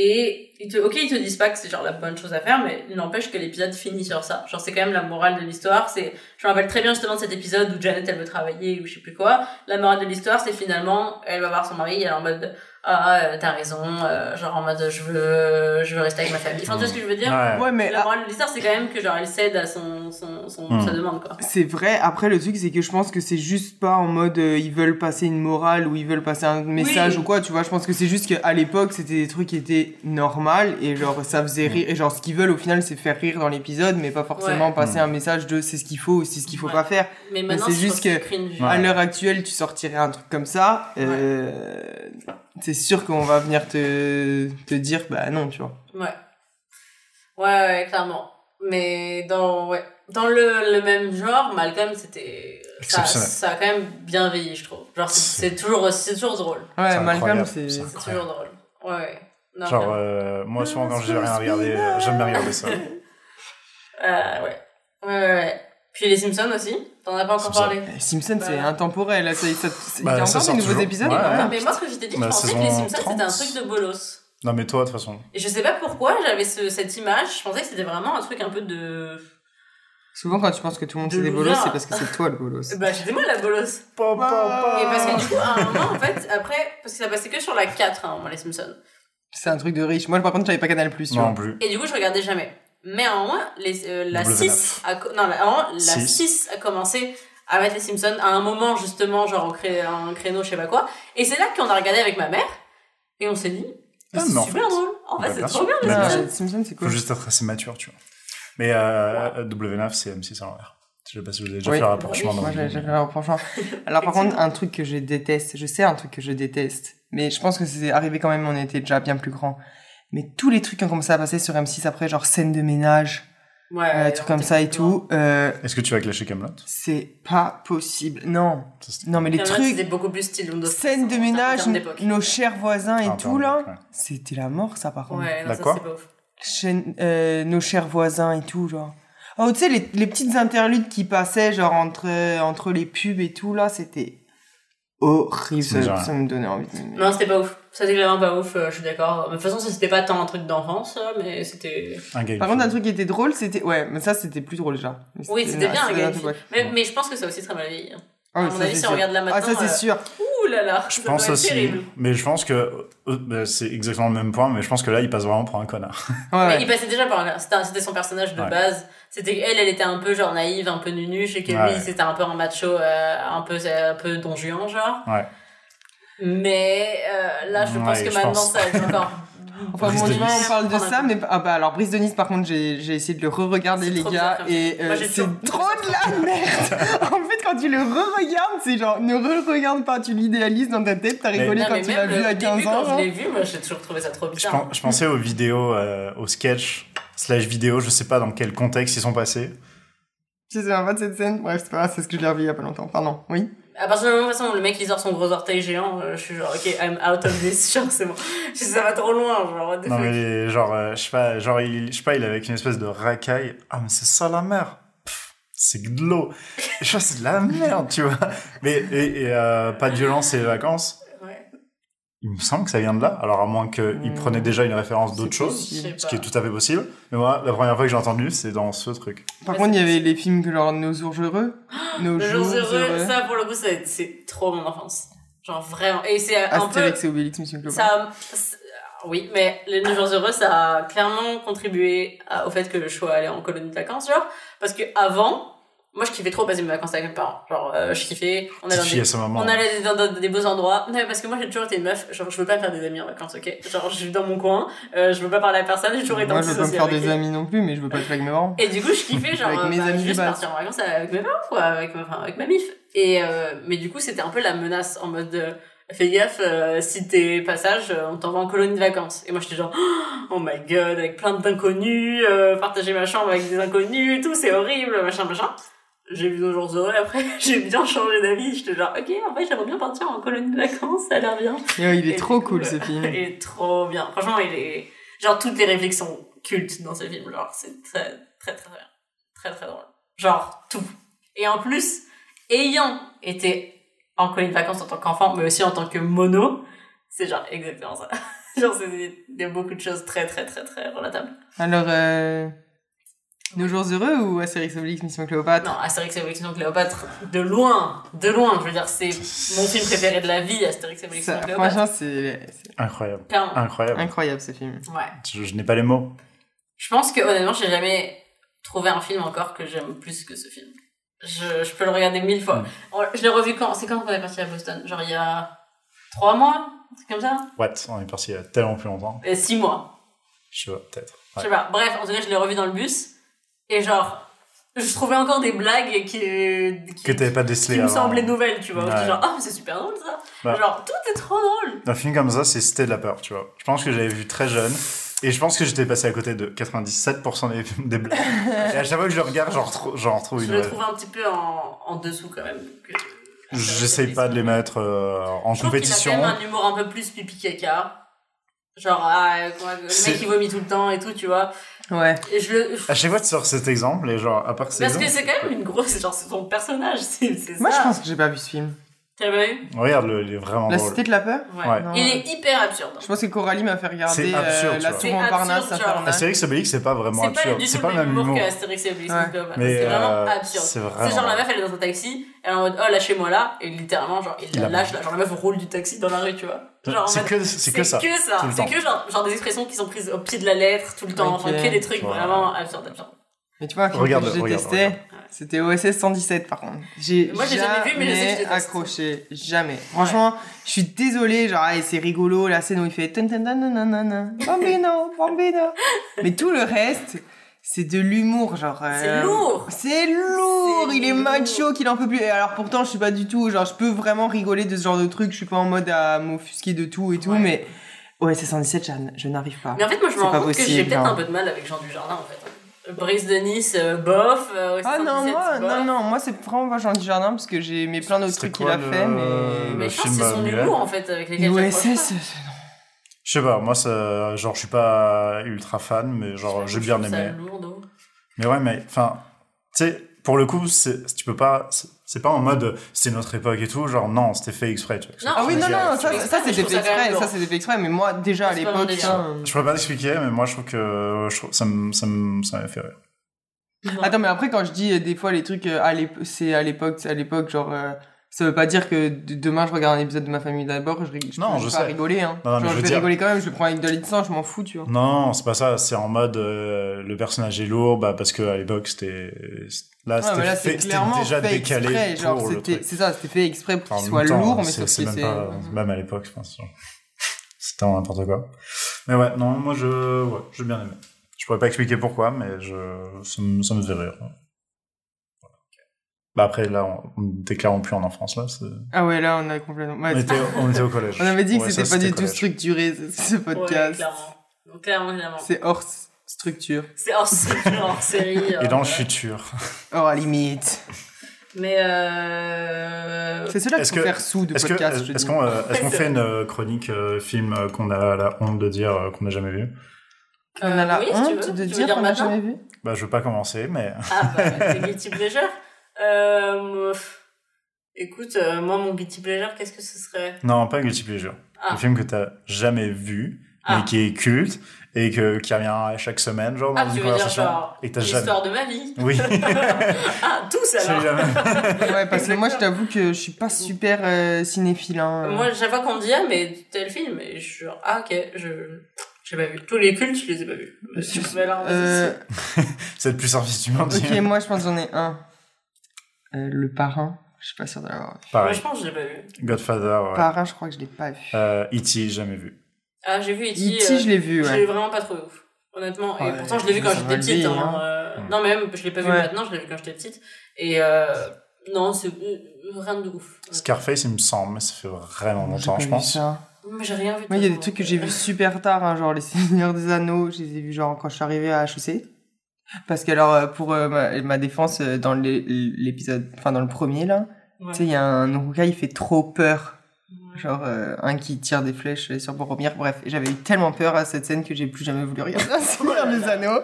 C: Et ils te, ok, ils te disent pas que c'est genre la bonne chose à faire, mais il n'empêche que l'épisode finit sur ça. Genre, c'est quand même la morale de l'histoire. C'est, je me rappelle très bien justement de cet épisode où Janet elle veut travailler ou je sais plus quoi. La morale de l'histoire, c'est finalement, elle va voir son mari, elle est en mode, ah, euh, t'as raison, euh, genre en mode, je veux, je veux rester avec ma famille. Enfin, tu vois ce que je veux dire?
A: Ouais.
B: Ouais, mais
C: La morale de l'histoire, c'est quand même que genre elle cède à son, son, son,
A: Hmm.
C: sa demande, quoi.
B: C'est vrai, après le truc c'est que je pense que c'est juste pas en mode euh, ils veulent passer une morale ou ils veulent passer un message
C: Oui.
B: ou quoi, tu vois, je pense que c'est juste qu'à l'époque c'était des trucs qui étaient normal et genre ça faisait rire, et genre ce qu'ils veulent au final c'est faire rire dans l'épisode mais pas forcément
C: Ouais.
B: passer
A: Mm.
B: un message de c'est ce qu'il faut ou c'est ce qu'il faut
C: Ouais.
B: pas faire.
C: Mais maintenant,
B: c'est
C: je trouve
B: juste que-
C: cringe.
A: Ouais.
B: À l'heure actuelle tu sortirais un truc comme ça, euh, c'est sûr qu'on va venir te, te dire bah non, tu vois.
C: Ouais. Ouais, ouais, clairement. Mais dans, ouais. dans le, le même genre, Malcolm, c'était. Ça,
A: Exceptionnel.
C: ça a quand même bien vieilli, je trouve. Genre, c'est c'est toujours, c'est toujours drôle.
B: Ouais,
A: C'est
B: Malcolm
A: incroyable,
B: c'est...
A: c'est
C: C'est toujours drôle. Ouais, ouais. Non,
A: Genre,
C: vraiment.
A: euh, moi, souvent, quand j'ai rien à regarder, euh, j'aime bien regarder ça.
C: Euh, ouais. Ouais, ouais, ouais. Puis les Simpsons aussi. T'en as pas encore
A: Simpsons.
C: parlé.
B: Eh, Simpson c'est
C: Bah.
B: intemporel, là, ça, ça, il y
A: Bah,
B: a
A: ça
B: encore
A: sort
B: des nouveaux
A: toujours.
B: épisodes
A: Ouais.
B: voilà.
C: mais moi, ce que j'étais dit, je
A: Bah,
C: pensais que
A: saison
C: les Simpsons, c'était un
A: 30.
C: truc de bolos.
A: Non, mais toi, de toute façon.
C: Et je sais pas pourquoi j'avais ce, cette image. Je pensais que c'était vraiment un truc un peu de.
B: Souvent, quand tu penses que tout le monde
C: De
B: c'est des
C: loser.
B: bolos, c'est parce que c'est toi le bolos.
C: Bah, j'étais moi la bolos.
A: Pa, pa, pa.
C: Et parce que du coup, à un moment, en fait, après, parce que ça passait que sur la 4, hein, moi, les Simpsons.
B: (laughs) C'est un truc de riche. Moi, par contre, j'avais pas Canal Plus.
A: Non plus.
C: Et du coup, je regardais jamais. Mais à un moment, les, euh, la,
A: Double
C: 6 a, co- non, la, à un moment, la
A: Six.
C: 6 a commencé à mettre les Simpsons à un moment, justement, genre en, cré- en créneau, je sais pas quoi. Et c'est là qu'on a regardé avec ma mère. Et on s'est dit,
A: Ah,
C: c'est
A: mais en
C: super
A: fait-
C: drôle. En
A: Bah,
C: fait, c'est
A: bien
C: trop
A: sûr.
C: bien, les
A: Bah, bien
C: Simpsons.
B: Simpson, c'est
A: Faut
B: cool.
A: juste être assez mature, tu vois. Mais euh, W9, c'est M6 à l'envers. Je sais pas si vous avez déjà
B: Oui.
A: fait le rapprochement. dans
B: Moi,
A: le-
B: j'ai j'ai fait un franchement. Alors, par contre, un truc que je déteste, je sais un truc que je déteste, mais je pense que c'est arrivé quand même, on était déjà bien plus grand. Mais tous les trucs qui ont commencé à passer sur M6 après, genre scène de ménage,
C: Ouais,
B: euh,
C: ouais,
B: trucs comme ça et tout, euh,
A: Est-ce que tu vas clasher Camelot
B: c'est pas possible. Non,
A: Ça, c'était-
B: non, mais les
C: Les trucs.
B: trucs,
C: C'était beaucoup plus style Windows.
B: scène de
C: 700,
B: ménage,
C: en termes d'époque.
B: nos chers voisins et
A: Ah,
B: tout
A: pardon,
B: là,
A: ouais.
B: c'était la mort, ça par contre.
C: Ouais, non,
A: La
C: ça,
A: quoi
C: c'est pas ouf.
B: chaîne- euh, nos chers voisins et tout, genre. Oh, tu sais, les, les petites interludes qui passaient, genre, entre, entre les pubs et tout, là, c'était horrible.
A: Déjà.
B: Ça me donnait envie de m'aimer.
C: Non, c'était pas ouf. Ça, c'était vraiment pas ouf, euh, je suis d'accord. De toute façon, ça, c'était pas tant un truc d'enfance, euh, mais c'était.
A: Un gars.
B: Par contre, un truc qui était drôle, c'était. Ouais, mais ça, c'était plus drôle déjà. Mais
C: Oui, c'était
B: non,
C: bien, un gars
B: un truc, ouais.
C: Mais, mais je pense que ça aussi, ça m'a vieilli. hein.
B: Ah,
C: à
B: oui,
C: mon
B: ça,
C: avis,
B: c'est
C: si
B: sûr.
C: on regarde là
B: Ah,
C: maintenant.
B: ça, c'est
C: euh,
B: sûr.
C: Ouh là là,
A: Je
C: ça
A: pense
C: doit être
A: aussi,
C: terrible.
A: mais je pense que euh, bah, c'est exactement le même point, mais je pense que là, il passe vraiment pour un connard.
B: Ouais,
C: Mais
B: ouais.
C: il passait déjà par là. C'était un- C'était son personnage de
A: Ouais.
C: base. C'était elle, elle était un peu genre naïve, un peu nunuche, et que
A: Ouais.
C: lui, c'était un peu un macho, euh, un peu un peu don Juan, genre.
A: Ouais.
C: Mais euh, là, je
A: Ouais,
C: pense que
A: je
C: maintenant,
A: pense.
C: ça va être encore.
B: (laughs) Enfin,
A: Brise
B: bon,
A: de
B: tu vois,
A: Nice.
B: on parle de
C: Prendre un
B: ça, mais ah bah alors Brise de Nice, par contre, j'ai j'ai essayé de le re-regarder
C: C'est
B: les
C: trop
B: gars
C: bizarre comme
B: et
C: film. Moi,
B: euh,
C: j'ai
B: c'est
C: toujours-
B: trop de la merde. (laughs) en fait, quand tu le re-regardes, c'est genre ne re-regarde pas, tu l'idéalises dans ta tête, t'as
A: Mais-
B: rigolé
C: Non,
B: quand
C: mais
B: tu
C: même
B: l'as
C: le
B: vu à
C: début,
B: 15 ans.
C: Quand
B: genre.
C: je l'ai vu, moi, j'ai toujours trouvé ça trop
A: je,
C: bizarre.
A: pen- je pensais aux vidéos, euh, aux sketchs, slash vidéos, je sais pas dans quel contexte ils sont passés.
B: Tu sais, en fait, cette scène, bref, c'est pas grave, c'est ce que j'ai revu il y a pas longtemps. Pardon, oui.
C: À partir du moment de toute façon, où le mec il sort son gros orteil géant, euh, je suis genre, ok, I'm out of this, (laughs) genre, c'est bon. Je sais, ça va trop loin, genre, what the
A: Non
C: fuck.
A: mais les- genre, euh, je sais pas, genre il, je sais pas, il est avec une espèce de racaille. Ah mais c'est ça la mer. Pff, C'est que de l'eau. Je vois, c'est de la merde, tu vois. Mais et, et, euh, pas de violence et les vacances.
C: Ouais.
A: Il me semble que ça vient de là. Alors à moins qu'il
B: Hmm.
A: prenait déjà une référence d'autre
B: C'est
A: chose,
B: possible.
C: Je sais
A: ce qui est
C: pas.
A: tout à fait possible. Mais moi, la première fois que j'ai entendu, c'est dans ce truc.
B: Par
C: Ouais,
B: contre, il y
C: c'est
B: avait les films que genre Nos jours
C: (gasps)
B: heureux, Nos
C: Le jour
B: jours
C: heureux,
B: heureux,
C: ça pour le coup, c'est- c'est trop mon enfance. Genre vraiment. Et c'est un peu.
B: Astérix et Obélix, Mission Cléopâtre.
C: Ça, c'est- oui, mais les Neuf jours heureux, ça a clairement contribué à- au fait que je sois allée en colonie de vacances, genre. Parce que avant, moi, je kiffais trop passer mes vacances avec mes parents. Genre, euh, je kiffais. On
A: Petite
C: allait dans
A: fille
C: des
A: à ce moment.
C: on allait dans, dans- dans des beaux endroits. Non, mais parce que moi j'ai toujours été une meuf, genre je veux pas me faire des amis en vacances, ok Genre je suis dans mon coin, euh, je veux pas parler à personne, j'ai toujours été
B: Moi, je veux pas me
C: antisociale.
B: faire des
C: ok
B: amis non plus, mais je veux pas être avec mes parents.
C: Et du coup je kiffais genre
B: Avec
C: euh,
B: mes
C: bah,
B: amis de
C: juste
B: base.
C: partir en vacances avec mes parents quoi, avec, ma- enfin, avec ma mif. Et euh, mais du coup c'était un peu la menace en mode euh, fais gaffe euh, si t'es passage euh, on t'envoie en colonie de vacances. Et moi j'étais genre (gasps) oh my god avec plein d'inconnus, euh, partager ma chambre avec des inconnus et tout c'est horrible machin machin. J'ai vu nos jours heureux après, (laughs) j'ai bien changé d'avis, j'étais genre ok en fait j'aimerais bien partir en colonie de vacances, ça a l'air bien.
B: Et ouais, il
C: (laughs) Et
B: est trop
C: du coup, euh,
B: cool ce film.
C: Il (laughs) est trop bien. Franchement, il est. Genre, toutes les réflexions cultes dans ce film. Genre, c'est très, très, très, très, très, très drôle. Genre, tout. Et en plus, ayant été en colonie de vacances en tant qu'enfant, mais aussi en tant que mono, c'est genre exactement ça. (laughs) genre, c'est des- des- beaucoup de choses très, très, très, très relatables.
B: Alors, euh, Nos jours heureux ou Astérix Obélix Mission Cléopâtre
C: Non, Astérix et Obélix non Cléopâtre, de loin, de loin, je veux dire, c'est mon film préféré de la vie, Astérix et Obélix
B: Ça,
C: non Cléopâtre.
B: Franchement, c'est c'est
A: Incroyable,
C: Clairement.
A: incroyable.
B: incroyable ce film.
C: Ouais.
A: Je, je n'ai pas les mots.
C: Je pense que honnêtement, j'ai jamais trouvé un film encore que j'aime plus que ce film. Je, je peux le regarder mille fois.
A: Mm.
C: On- Je l'ai revu quand C'est quand qu'on est parti à Boston Genre il y a trois mois C'est comme ça
A: What On est parti il y a tellement plus longtemps.
C: Et six mois.
A: Je sais pas, peut-être.
C: Je
A: Ouais.
C: sais pas. Bref, en tout cas, je l'ai revu dans le bus. Et genre, je trouvais encore des blagues qui, qui,
A: Que t'avais pas
C: qui
A: décelé
C: me
A: avant.
C: semblaient nouvelles, tu vois.
A: Ouais.
C: Genre, ah, mais c'est super drôle ça.
A: Bah.
C: Genre, tout est trop drôle.
A: Un film comme ça, c'est C'était de la peur, tu vois. Je pense que j'avais vu très jeune. Et je pense que j'étais passé à côté de 97% des, films- des
C: (laughs)
A: blagues. Et à chaque fois que je le regarde, j'en retrouve, j'en retrouve
C: je
A: une.
C: le
A: nouvelle.
C: trouve un petit peu en, en dessous quand même. que-
A: J'essaye pas de les mettre euh, en
C: Je trouve qu'il a
A: compétition.
C: quand même un humour un peu plus pipi caca. Genre, ah, quoi, le
A: C'est-
C: mec qui vomit tout le temps et tout, tu vois.
B: Ouais.
C: Et je le...
A: À chaque fois, tu sors cet exemple, et genre, à part que c'est
C: Parce
A: long,
C: que c'est quand même une grosse. Genre, c'est ton personnage, c'est c'est ça.
B: Moi, je pense que j'ai pas vu ce film.
C: T'as pas vu
A: Regarde, le- euh, il est vraiment
B: La
A: drôle.
B: Cité de la Peur
C: Ouais.
A: Ouais.
B: Non.
C: Il est hyper absurde.
B: Je pense que Coralie m'a fait regarder
A: C'est absurde,
B: euh,
A: tu
B: La
A: vois.
B: Tour
C: C'est
B: Montparnasse à
C: absurde, genre.
B: Farnasse.
A: Astérix Obélix, c'est pas vraiment
C: C'est pas
A: absurde.
C: du
A: C'est
C: tout
A: pas le même humour.
C: que Astérix et Obélix.
B: Ouais.
C: donc, euh,
A: Mais,
C: C'est vraiment
A: euh,
C: absurde.
A: c'est
C: C'est
A: vraiment-
C: genre la meuf, elle est dans un taxi, elle est en mode oh lâchez-moi là, et littéralement, genre, il
A: Il la
C: la lâche là. Genre la meuf roule du taxi dans la rue, tu vois. Genre, en
A: C'est
C: mode,
A: que, c'est que ça.
C: C'est que ça.
A: tout le
C: C'est
A: temps.
C: que genre, genre des expressions qui sont prises au pied de la lettre tout le temps.
B: Ok.
C: Enfin, que des trucs
A: Ouais.
C: vraiment absurdes, absurdes.
B: Mais tu vois, un film
A: Regarde,
B: que je
A: regarde,
B: détestais,
A: regarde.
B: c'était OSS 117 par contre. J'ai
C: Moi, j'ai jamais vu, mais je sais que je déteste.
B: accroché, jamais. Franchement, je suis désolée, genre, allez, c'est rigolo, la scène où il fait tan tan tan nan nan nan nan, bambino, bambino. Mais tout le reste, c'est de l'humour, genre. euh,
C: C'est lourd.
B: C'est lourd,
C: C'est
B: il est
C: lourd.
B: macho qu'il en peut plus. Et alors pourtant, je suis pas du tout, genre, je peux vraiment rigoler de ce genre de truc, je suis pas en mode à m'offusquer de tout et tout,
C: Ouais.
B: mais. Ouais, c'est 117, Jeanne, je n'arrive pas.
C: Mais en fait, moi, je me
B: C'est
C: rends
B: pas
C: compte que j'ai
B: possible,
C: peut-être
B: non.
C: un peu de mal avec Jean Dujardin, en fait. Brice de Nice, euh, bof. euh,
B: Ah non,
C: 77,
B: moi,
C: bof.
B: non, non, moi c'est vraiment pas Jean Dujardin parce que j'ai aimé plein d'autres
A: C'était
B: trucs qu'il
A: quoi
B: a
A: le-
B: fait, mais.
A: le-
C: Mais je pense que
A: film,
C: c'est
A: euh,
C: son
A: Mulan.
C: humour, en fait, avec lesquels j'accroche
B: L'OSS,
C: pas.
A: Je sais pas, moi, ça, genre, je suis pas ultra fan, mais genre, j'ai bien
C: Je trouve ça
A: aimé.
C: lourd de ouf.
A: Mais ouais, mais enfin, tu sais, pour le coup, c'est- tu peux pas. c'est- C'est pas en mode c'est notre époque et tout, genre non, c'était fait exprès. Tu vois,
C: Non,
B: Ah oui,
C: Je
B: non,
C: dirais,
B: non,
C: je
B: ça,
C: dirais
B: ça
C: que je
B: c'était
C: trouve
B: fait
C: ça quand même
B: exprès,
C: lourd.
B: ça c'était fait exprès, mais moi, déjà à
C: C'est pas mon
B: l'époque,
C: délire.
B: ça-
A: Je peux pas t'expliquer, mais moi je trouve que je trouve- ça me ça me ça m'a fait rire.
B: Attends, mais après, quand je dis euh, des fois les trucs, euh, à l'ép- c'est à l'époque, c'est à l'époque, genre, euh, ça veut pas dire que d- demain je regarde un épisode de ma famille d'abord, je, rig- je,
A: Non,
B: peux- je
A: je
B: vais pas
A: sais.
B: rigoler, hein.
A: Non, non, mais
B: genre,
A: je
B: je
A: veux
B: vais
A: dire-
B: rigoler quand même, je vais prendre avec de l'essence, je m'en fous, tu vois.
A: Non, c'est pas ça. C'est en mode euh, le personnage est lourd, bah parce que à l'époque c'était là
B: Ouais, mais
A: Ah, c'était
B: là,
A: fait-
B: c'est
A: c'était
B: clairement
A: déjà
B: fait
A: décalé
B: exprès,
A: pour
B: genre,
A: le
B: c'était,
A: truc.
B: c'est ça, c'était fait exprès pour
A: Enfin, en
B: qu'il soit
A: même temps,
B: lourd, mais
A: c'est-
B: sauf
A: c'est
B: que
A: même
B: c'est...
A: pas- même à l'époque, je pense. (laughs) genre, C'était en n'importe quoi. Mais ouais, non, moi je ouais, j'ai bien aimé. Je pourrais pas expliquer pourquoi, mais je ça me, ça me faisait rire. Voilà. Bah après là, on, on déclarons plus en enfance là. c'est-
B: Ah ouais, là, on a complètement... ouais,
A: On
B: c'est-
A: était, on était au collège.
B: on avait dit que
A: Ouais, ça,
B: c'était pas du tout
A: collège.
B: structuré, ce- ce
C: Ouais,
B: podcast.
C: clairement. Donc, Clairement, clairement.
B: C'est hors s- structure,
C: C'est hors structure, hors série. euh,
A: Et
C: hors-
B: euh,
A: dans le futur.
B: hors limite.
C: Mais euh...
B: C'est cela qu'il
A: Est-ce
B: faut
A: que-
B: faire sous de
A: Est-ce que-
B: podcast, je
A: est-ce
B: dis.
A: qu'on euh, est-ce qu'on
C: C'est
A: fait une euh, chronique euh, film euh, qu'on a la honte de dire euh, qu'on n'a jamais vu
B: On a la
C: euh, oui, si tu
B: honte de
C: veux. Tu veux
B: dire
C: dire
B: qu'on l'a
C: maintenant
B: jamais vu
A: Bah je veux pas commencer, mais
C: Ah bah, c'est guilty pleasure. Euh... pff, Écoute, euh, moi, mon guilty pleasure, qu'est-ce que ce serait
A: non, pas Guilty Pleasure.
C: Ah.
A: Un film que t'as jamais vu,
C: Ah.
A: mais qui est culte et que qui revient à chaque semaine genre dans
C: Ah,
A: une
C: tu veux dire
A: conversation
C: genre
A: et que t'as jamais.
C: l'histoire de
A: (laughs)
C: ma vie (laughs)
A: Oui.
C: Ah, tous
A: J'ai
C: alors
A: jamais.
B: Ouais, parce que moi, je t'avoue que je suis pas super euh, cinéphile. hein.
C: Moi, chaque fois qu'on me dit ah, mais tel film, et je suis genre ah ok, je j'ai pas vu tous les cultes, je les ai pas vus. Bah, Mais je suis pas là,
B: Euh,
A: C'est le plus service du monde.
B: ok, moi, je pense que j'en ai un. Euh, le parrain. Je suis pas sûre d'avoir.
C: Moi,
A: Pareil.
C: je pense que je l'ai pas vu.
A: Godfather. ouais.
B: Parrain, je crois que je l'ai pas vu.
A: Euh, E.T. jamais vu.
C: Ah, j'ai vu E.T.
B: E.T.,
C: euh,
B: je l'ai E vu,
C: je
B: ouais.
C: l'ai vraiment pas trouvé ouf, honnêtement.
B: Ouais,
C: et pourtant, je l'ai vu quand
B: ça va
C: j'étais
B: le
C: petite.
B: dire,
C: hein,
B: hein.
C: euh,
A: Mm.
C: Non, même, je l'ai pas vu
B: Ouais.
C: maintenant, je l'ai vu quand j'étais petite. Et euh, non, c'est euh, rien de ouf.
A: Scarface il me semble, mais ça fait vraiment
B: J'ai
A: longtemps
B: pas
A: je
B: vu
A: pense.
B: ça.
C: Moi, j'ai rien vu.
B: Moi, il y a des
C: tellement,
B: trucs que
C: donc,
B: j'ai
C: euh,
B: vus super tard, hein, genre Les Seigneurs des Anneaux, je les ai vus genre quand je suis arrivée à HEC. Parce que, alors, euh, pour euh, ma, ma défense, euh, dans l'é- l'épisode, enfin, dans le premier, là,
C: Ouais.
B: tu sais, il y a un Uruguay, il fait trop peur.
C: Ouais.
B: Genre euh, un qui tire des flèches sur Boromir. Bref, j'avais eu tellement peur à cette scène que j'ai plus jamais voulu regarder un Seigneur des Anneaux.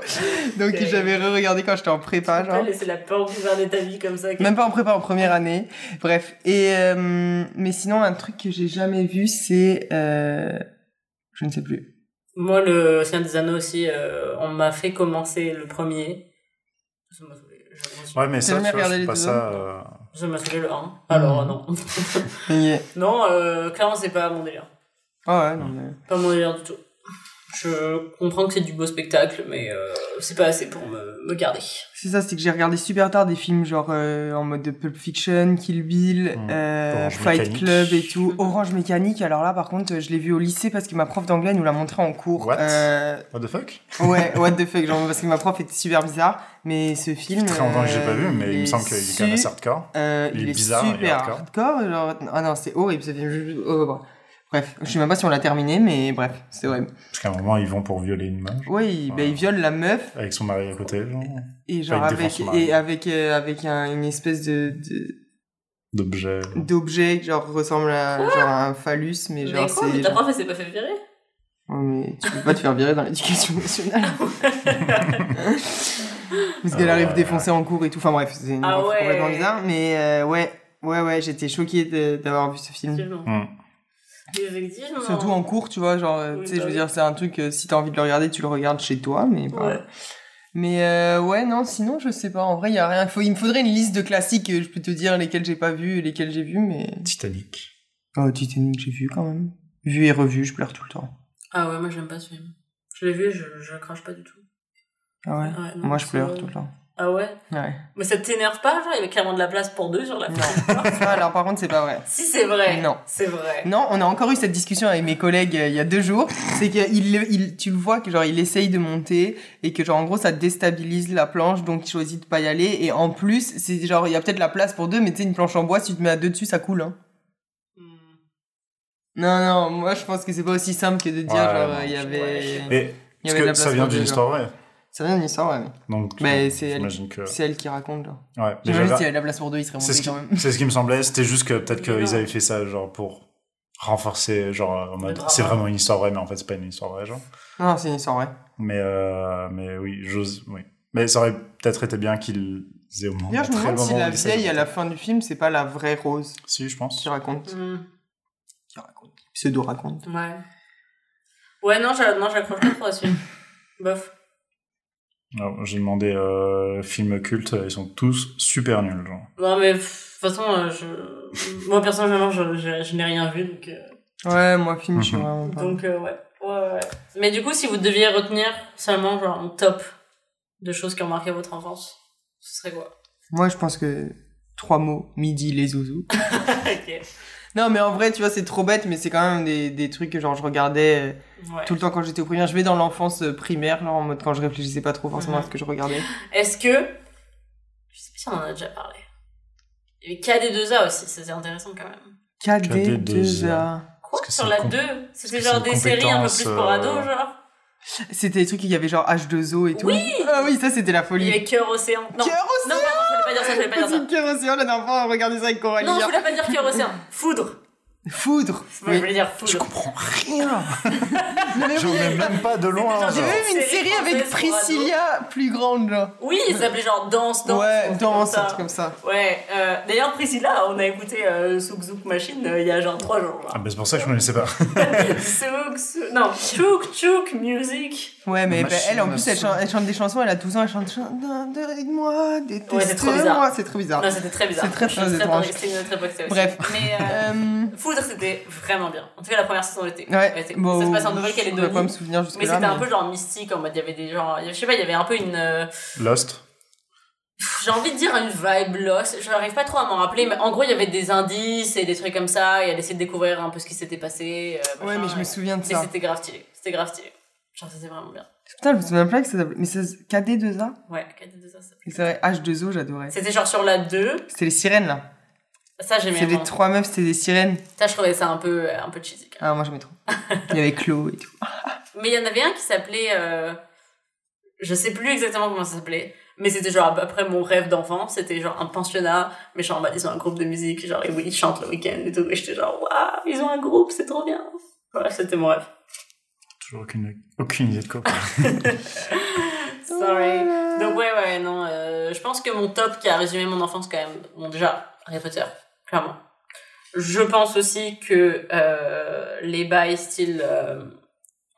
B: Donc
C: Oh Ok.
B: j'avais re-regardé quand j'étais en prépa,
C: Tu peux
B: genre.
C: laisser la peur gouverner ta vie comme ça. que-
B: Même pas en prépa, en première année. Bref. Et euh, mais sinon un truc que j'ai jamais vu, c'est euh, je ne sais plus.
C: Moi, le Seigneur des Anneaux aussi, euh, on m'a fait commencer le premier. Je m'a saoulé, je m'en suis-
A: Ouais mais ça,
B: jamais
A: tu vois, je
B: regardé
A: trouve
B: les
A: pas
B: deux
A: ça. euh,
C: Je m'a saoulé le 1. Alors,
B: Mhm.
C: non. (laughs)
B: Et-
C: non, euh, clairement, c'est pas mon délire.
B: Ah ouais, non, mais-
C: Pas mon délire du tout. Je comprends que c'est du beau spectacle, mais euh, c'est pas assez pour me, me garder.
B: C'est ça, c'est que j'ai regardé super tard des films genre euh, en mode de Pulp Fiction, Kill Bill,
A: Mm.
B: euh,
A: Orange
B: Fight
A: Mécanique.
B: Club et tout. Orange Mécanique, alors là par contre, je l'ai vu au lycée parce que ma prof d'anglais nous l'a montré en cours.
A: What
B: Euh,
A: What the fuck
B: ouais, (laughs) what the fuck, genre parce que ma prof était super bizarre, mais ce film.
A: Très longtemps que j'ai
B: euh,
A: pas vu, mais il me
B: est
A: semble qu'il est quand même
B: su-
A: assez hardcore.
B: euh, il,
A: Il est
B: est
A: bizarre, il est
B: super
A: hardcore.
B: hardcore. genre- Ah non, c'est horrible ce film. je- je- oh, bon. Bref, je sais même pas si on l'a terminé, mais bref, c'est horrible.
A: Parce qu'à un moment ils vont pour violer une meuf
B: Oui, bah,
A: Ouais.
B: il viole la meuf
A: avec son mari à côté, genre
B: et genre
A: Avec des
B: avec
A: forces
B: et
A: marines.
B: avec euh, avec un- une espèce de, de
A: d'objets. euh,
B: d'objet qui genre ressemble à, genre à un phallus mais genre
C: mais quoi,
B: c'est
C: mais ta prof, elle s'est pas fait virer
B: Ouais, mais tu peux pas te faire virer dans l'éducation nationale
C: (laughs)
B: parce qu'elle
A: Ah
B: arrive
A: ouais.
B: défoncée en cours et tout enfin bref c'est une
C: Ah
B: prof
C: ouais.
B: complètement bizarre mais euh, ouais ouais ouais j'étais choquée de- d'avoir vu ce film
C: Effectivement.
A: Hmm.
C: Effectivement.
B: surtout Mhm. en cours tu vois genre euh,
C: hein. Oui,
B: tu sais je
C: bah
B: veux
C: oui.
B: dire c'est un truc euh, si t'as envie de le regarder tu le regardes chez toi mais bah,
C: Ouais.
B: mais euh, ouais non sinon je sais pas en vrai il y a rien Il faut, il me faudrait une liste de classiques euh, je peux te dire lesquels j'ai pas vu et lesquels j'ai vu mais
A: Titanic.
B: oh Titanic j'ai vu quand même vu et revu je pleure tout le temps
C: Ah ouais, moi, j'aime pas ce film. Je l'ai vu, je, je crache pas du tout.
B: ah ouais
C: Ouais, non,
B: Moi, je
C: c'est-
B: pleure tout le temps.
C: Ah ouais
B: Ouais.
C: Mais ça t'énerve pas, genre Il y avait clairement de la place pour deux sur la
B: Non. Ça, alors, par contre, c'est pas vrai.
C: Si, c'est vrai.
B: Non.
C: C'est vrai.
B: Non, on a encore eu cette discussion avec mes collègues euh, il y a deux jours. C'est que il, le- il, tu le vois que genre il essaye de monter et que genre en gros ça déstabilise la planche, donc il choisit de pas y aller. Et en plus, c'est genre il y a peut-être la place pour deux, mais tu sais une planche en bois, si tu te mets à deux dessus, ça coule. Hein.
C: Hmm.
B: Non, non, moi je pense que c'est pas aussi simple que de dire
A: Ouais,
B: genre
A: non,
B: euh, il y
C: je-
B: avait,
C: ouais, je-
A: Et
B: il
A: parce
B: y avait de la
A: que
B: place
A: ça vient
B: pour deux,
A: d'une
B: genre.
A: histoire vraie.
B: Ça vient d'une histoire, ouais.
A: Donc,
B: Mais
A: euh,
B: c'est elle-
A: j'imagine que.
B: C'est elle qui raconte genre.
A: Ouais, mais
B: J'imagine
A: j'avais-
B: s'il y avait de la place pour deux, il serait
A: C'est
B: monté
A: ce, qui...
B: quand même.
A: c'est ce qui me semblait, c'était juste que peut-être
C: Mais non.
A: qu'ils avaient fait ça genre pour renforcer, genre en mode
C: drama.
A: c'est vraiment une histoire vraie, mais en fait c'est pas une histoire vraie, genre.
B: Non, c'est une histoire, ouais.
A: Mais, euh, mais oui, j'ose, oui. Mais ça aurait peut-être été bien qu'ils C'est au moment
B: D'ailleurs, je me
A: très
B: demande si
A: moment où
B: la
A: il essaie de-
B: vieille à la fin du film, c'est pas la vraie Rose
A: Si, je pense.
B: qui raconte.
C: Hmm.
B: Qui raconte. qui Pseudo raconte.
C: Ouais. Ouais, non, j'a- non, j'accroche pas trop à (laughs) ce film. Bof.
A: Alors, J'ai demandé euh, films cultes, ils sont tous super nuls. Genre.
C: Non, mais pff, de toute façon, euh, je... moi personnellement, je, je, je n'ai rien vu, donc, euh,
B: Ouais, moi, film, je suis
A: Mhm.
B: vraiment pas.
C: donc euh, ouais. ouais. ouais. Mais du coup, si vous deviez retenir seulement genre un top de choses qui ont marqué votre enfance, ce serait quoi
B: Moi, je pense que trois mots midi, les zouzous.
C: (laughs) Ok.
B: (laughs) non, mais en vrai, tu vois, c'est trop bête, mais c'est quand même des, des trucs que genre je regardais. euh,
C: Ouais.
B: tout le temps quand j'étais au primaire. Je vais dans l'enfance euh, primaire, là, en mode quand je réfléchissais pas trop forcément à
C: Mhm.
B: ce que je regardais.
C: Est-ce que. Je sais pas si on en a déjà parlé. Il y avait KD2A aussi, c'était intéressant quand même.
B: KD2A.
C: Quoi
A: Parce que
C: Sur
A: c'est
C: la
A: com-
C: 2
A: que
C: C'était
A: c'est
C: genre
A: une
C: des séries un peu
A: compétence,
C: plus pour
A: euh,
C: ados, genre
B: C'était des trucs qu'il y avait genre H2O et tout.
C: Oui
B: Ah oui, ça c'était la
C: Il y
B: folie.
C: avait Cœur Océan. Non, non,
B: Cœur
C: non, pardon, je voulais pas dire ça, je voulais pas dire ça.
B: aussi Cœur Océan, la dernière fois on regardait ça avec Coralie.
C: Non, je
B: genre,
C: voulais pas dire Cœur Océan. Foudre.
B: Foudre
C: Moi, Je voulais dire
A: Je
C: Foudre.
A: comprends rien
B: Mais oui,
A: (laughs) J'en ai même pas de loin.
C: C'était
B: J'ai
C: genre-
A: genre.
B: même une
C: Série
B: série avec
C: française pour ados.
B: Priscilla plus grande genre.
C: Oui, il s'appelait genre Danse, Danse. un
B: ouais,
C: truc
B: danse,
C: comme
B: un
C: ça.
B: truc comme ça.
C: Ouais, euh, d'ailleurs, Priscilla, on a écouté euh, Souk Souk Machine euh, il y a genre 3 jours.
A: Ah, bah, c'est pour ça que je ne connaissais pas.
B: Ah.
C: Souk Souk. Non, Chouk Chouk Music.
B: Ouais, mais bah,
A: Machine
B: elle en plus elle
A: Absolue.
B: chante, elle chante des chansons, elle a 12 ans, elle chante chan- D'un- deux- moi
C: trop bizarre.
B: détestez-moi, c'est trop bizarre.
C: Non, c'était très bizarre.
B: Ah. C'est très,
C: Je
B: très
C: suis
B: étrange.
C: C'était une autre époque, ça aussi.
B: Bref.
C: Mais. euh,
B: Euh,
C: Foudre, c'était vraiment bien. En tout cas, la première saison l'était. Elle
B: Ouais,
C: était-
B: bon,
C: ça se passe en
B: Je pourrais pas me
C: Nouvelle-Calédonie.
B: souvenir jusque
C: Mais
B: là.
C: c'était un peu genre mystique, en mode il y avait des gens. Je sais pas, il y avait un peu une. euh,
A: Lost.
C: pff, J'ai envie de dire une vibe lost. Je n'arrive pas trop à m'en rappeler, mais en gros, il y avait des indices et des trucs comme ça, et elle essayait de découvrir un peu ce qui s'était passé. euh,
B: Ouais,
C: machin,
B: mais je me
C: et-
B: souviens de
C: Mais
B: ça.
C: c'était grave stylé. C'était grave stylé. Genre, c'était vraiment bien.
B: Putain, je me souviens pas que ça s'appelait. Mais c'est KD2A
C: Ouais, KD2A, ça s'appelait.
B: C'est vrai, H2O, j'adorais.
C: C'était genre sur la 2.
B: C'était les sirènes là.
C: Ça, j'aimais
B: C'était
C: bien.
B: les trois meufs, c'était des sirènes.
C: Ça, je trouvais ça un peu, euh, un peu cheesy. quand même.
B: Ah, moi
C: (laughs)
B: j'aimais trop. Il y avait Chloé et tout.
C: Mais il y en avait un qui s'appelait. euh, Je sais plus exactement comment ça s'appelait. Mais c'était genre après mon rêve d'enfant, c'était genre un pensionnat, mais genre bah, ils ont un groupe de musique, genre et oui, ils chantent le week-end et tout, et j'étais genre waouh, ils ont un groupe, c'est trop bien. Voilà, c'était mon rêve.
A: Toujours aucune, aucune idée de quoi.
C: Sorry.
B: Voilà.
C: Donc ouais, ouais, non, euh, je pense que mon top qui a résumé mon enfance quand même, bon déjà, Harry Potter, clairement. Je pense aussi que euh, les bails style, euh,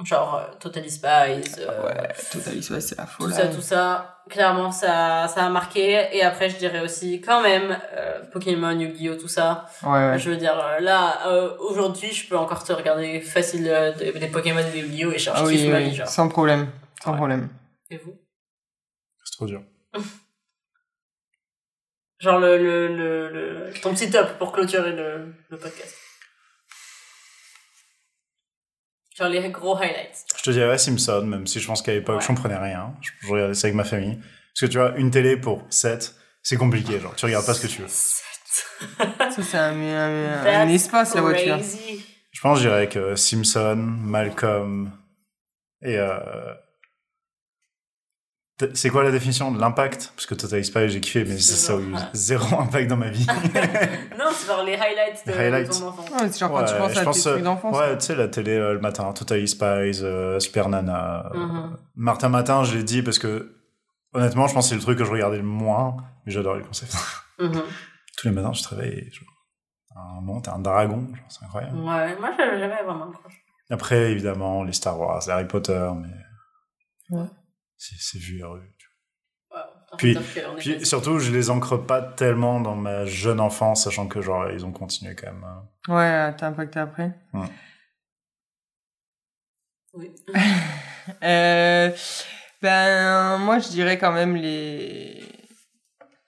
C: genre euh, Total Spies, euh,
B: Ouais, Total Spice, c'est la
C: tout
B: folie.
C: ça, tout ça. Clairement, ça, ça a marqué. Et après, je dirais aussi, quand même, euh, Pokémon, Yu-Gi-Oh, tout ça.
B: Ouais, ouais.
C: Je veux dire, euh, là, euh, aujourd'hui, je peux encore te regarder facile euh, des, des Pokémon et des Yu-Gi-Oh, et genre,
B: Ah
C: je
B: oui,
C: kiffe ma
B: oui,
C: vie, genre.
B: sans problème. Sans
C: Ouais.
B: problème.
C: Et vous
A: C'est trop dur.
C: Genre, le, le, le, le- ton petit top pour clôturer le, le podcast. Genre, les gros highlights.
A: Je te dirais Simpson, même si je pense qu'à l'époque,
C: Ouais.
A: j'en prenais rien. Je, je regardais ça avec ma famille. Parce que tu vois, une télé pour 7, c'est compliqué. Genre, tu regardes pas ce que tu veux.
B: (laughs) Ça, c'est un, un- un
C: That's
B: espace la voiture.
C: Crazy.
A: Je pense que je dirais que Simpson, Malcolm et. euh, t- C'est quoi la définition de l'impact Parce que Total Spies, j'ai kiffé, mais
C: C'est
A: ça, ça a eu
C: genre-
A: (laughs) zéro impact dans ma vie.
C: Non, c'est genre les highlights de,
A: Les highlights.
C: de ton enfance.
B: Ouais, c'est genre quand tu
A: Ouais,
B: penses
A: je
B: à tes
A: pense,
B: trucs d'enfance.
A: Ouais, tu sais, la télé euh, le matin, Total Spies, euh, Super Nana. euh,
C: Mhm.
A: Martin Matin, je l'ai dit parce que, honnêtement, je pense que c'est le truc que je regardais le moins, mais j'adore le concept.
C: Mhm.
A: Tous les matins, je travaille et genre, à un moment, t'es un dragon, genre, c'est incroyable.
C: Ouais, moi, j'avais jamais vraiment
A: Après, évidemment, les Star Wars, les Harry Potter, mais.
B: Ouais.
A: C'est c'est vu la rue. tu vois.
C: Wow, ça
A: Puis-
C: veut dire qu'on est
A: Puis
C: quasi-
A: surtout, je les ancre pas tellement dans ma jeune enfance, sachant que, genre, ils ont continué quand même. hein.
B: Ouais, t'as impacté après.
C: Oui.
B: Euh, ben, moi, je dirais quand même les.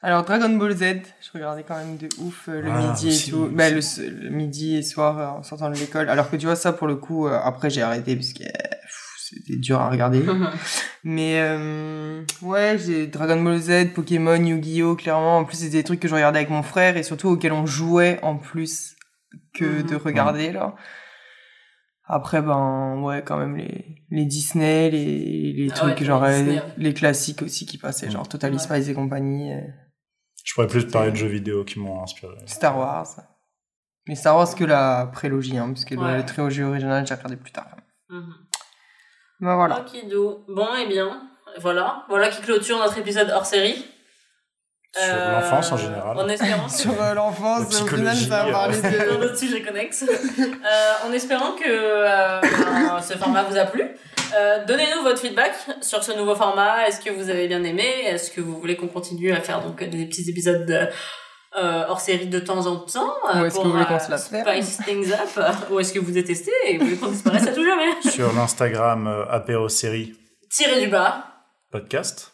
B: Alors, Dragon Ball Z, je regardais quand même de ouf euh, le
A: Ah,
B: midi
A: aussi,
B: et tout.
A: aussi.
B: Ben, le, s- le midi et soir euh, en sortant de l'école. Alors que tu vois, ça pour le coup, euh, après j'ai arrêté parce que euh, pff, c'était dur à regarder.
C: Mhm.
B: Mais euh, ouais, j'ai Dragon Ball Z, Pokémon, Yu-Gi-Oh! clairement. En plus, c'était des trucs que je regardais avec mon frère et surtout auxquels on jouait en plus que
C: Mhm.
B: de regarder là. Après, ben ouais, quand même les, les Disney, les, les
C: Ah
B: trucs,
C: ouais, tous
B: genre
C: les
B: euh,
C: Disney,
B: les,
C: ouais.
B: classiques aussi qui passaient, genre Total
C: Ouais.
B: Spies et compagnie, euh,
A: Je pourrais plus parler de jeux vidéo qui m'ont inspiré.
B: Star Wars. Mais Star Wars que la prélogie, hein, parce que le-
C: Ouais.
B: le trilogie original, j'ai regardé plus tard.
C: Mhm.
B: Ben voilà.
C: eh Okidou. Bon, et bien, voilà. Voilà qui clôture notre épisode hors série.
A: Sur
C: Euh,
A: l'enfance en général.
C: En
A: (laughs)
C: espérant que-
B: Sur euh, l'enfance,
A: La
B: au final,
A: psychologie,
B: ça va
A: euh.
B: parler
C: plein
B: de.
C: d'autres sujets connexes. Euh, en espérant que euh, ben, ce format vous a plu. Euh, Donnez-nous votre feedback sur ce nouveau format. Est-ce que vous avez bien aimé Est-ce que vous voulez qu'on continue à faire donc des petits épisodes euh, hors série de temps en temps euh,
B: Ou est-ce que
C: pour,
B: vous voulez
C: euh,
B: qu'on se la ferme
C: Spice things up Ou est-ce que vous détestez et vous voulez qu'on disparaisse à tout jamais
A: Sur l'Instagram euh, apéro série
C: Tirez du bas
A: podcast.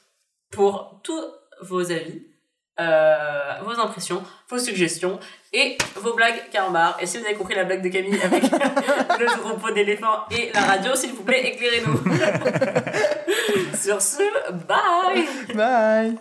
C: pour tous vos avis, euh, vos impressions, vos suggestions et vos blagues carambar. Et si vous avez compris la blague de Camille avec (laughs) le troupeau d'éléphants et la radio, s'il vous plaît, éclairez-nous. Sur ce, bye
B: Bye!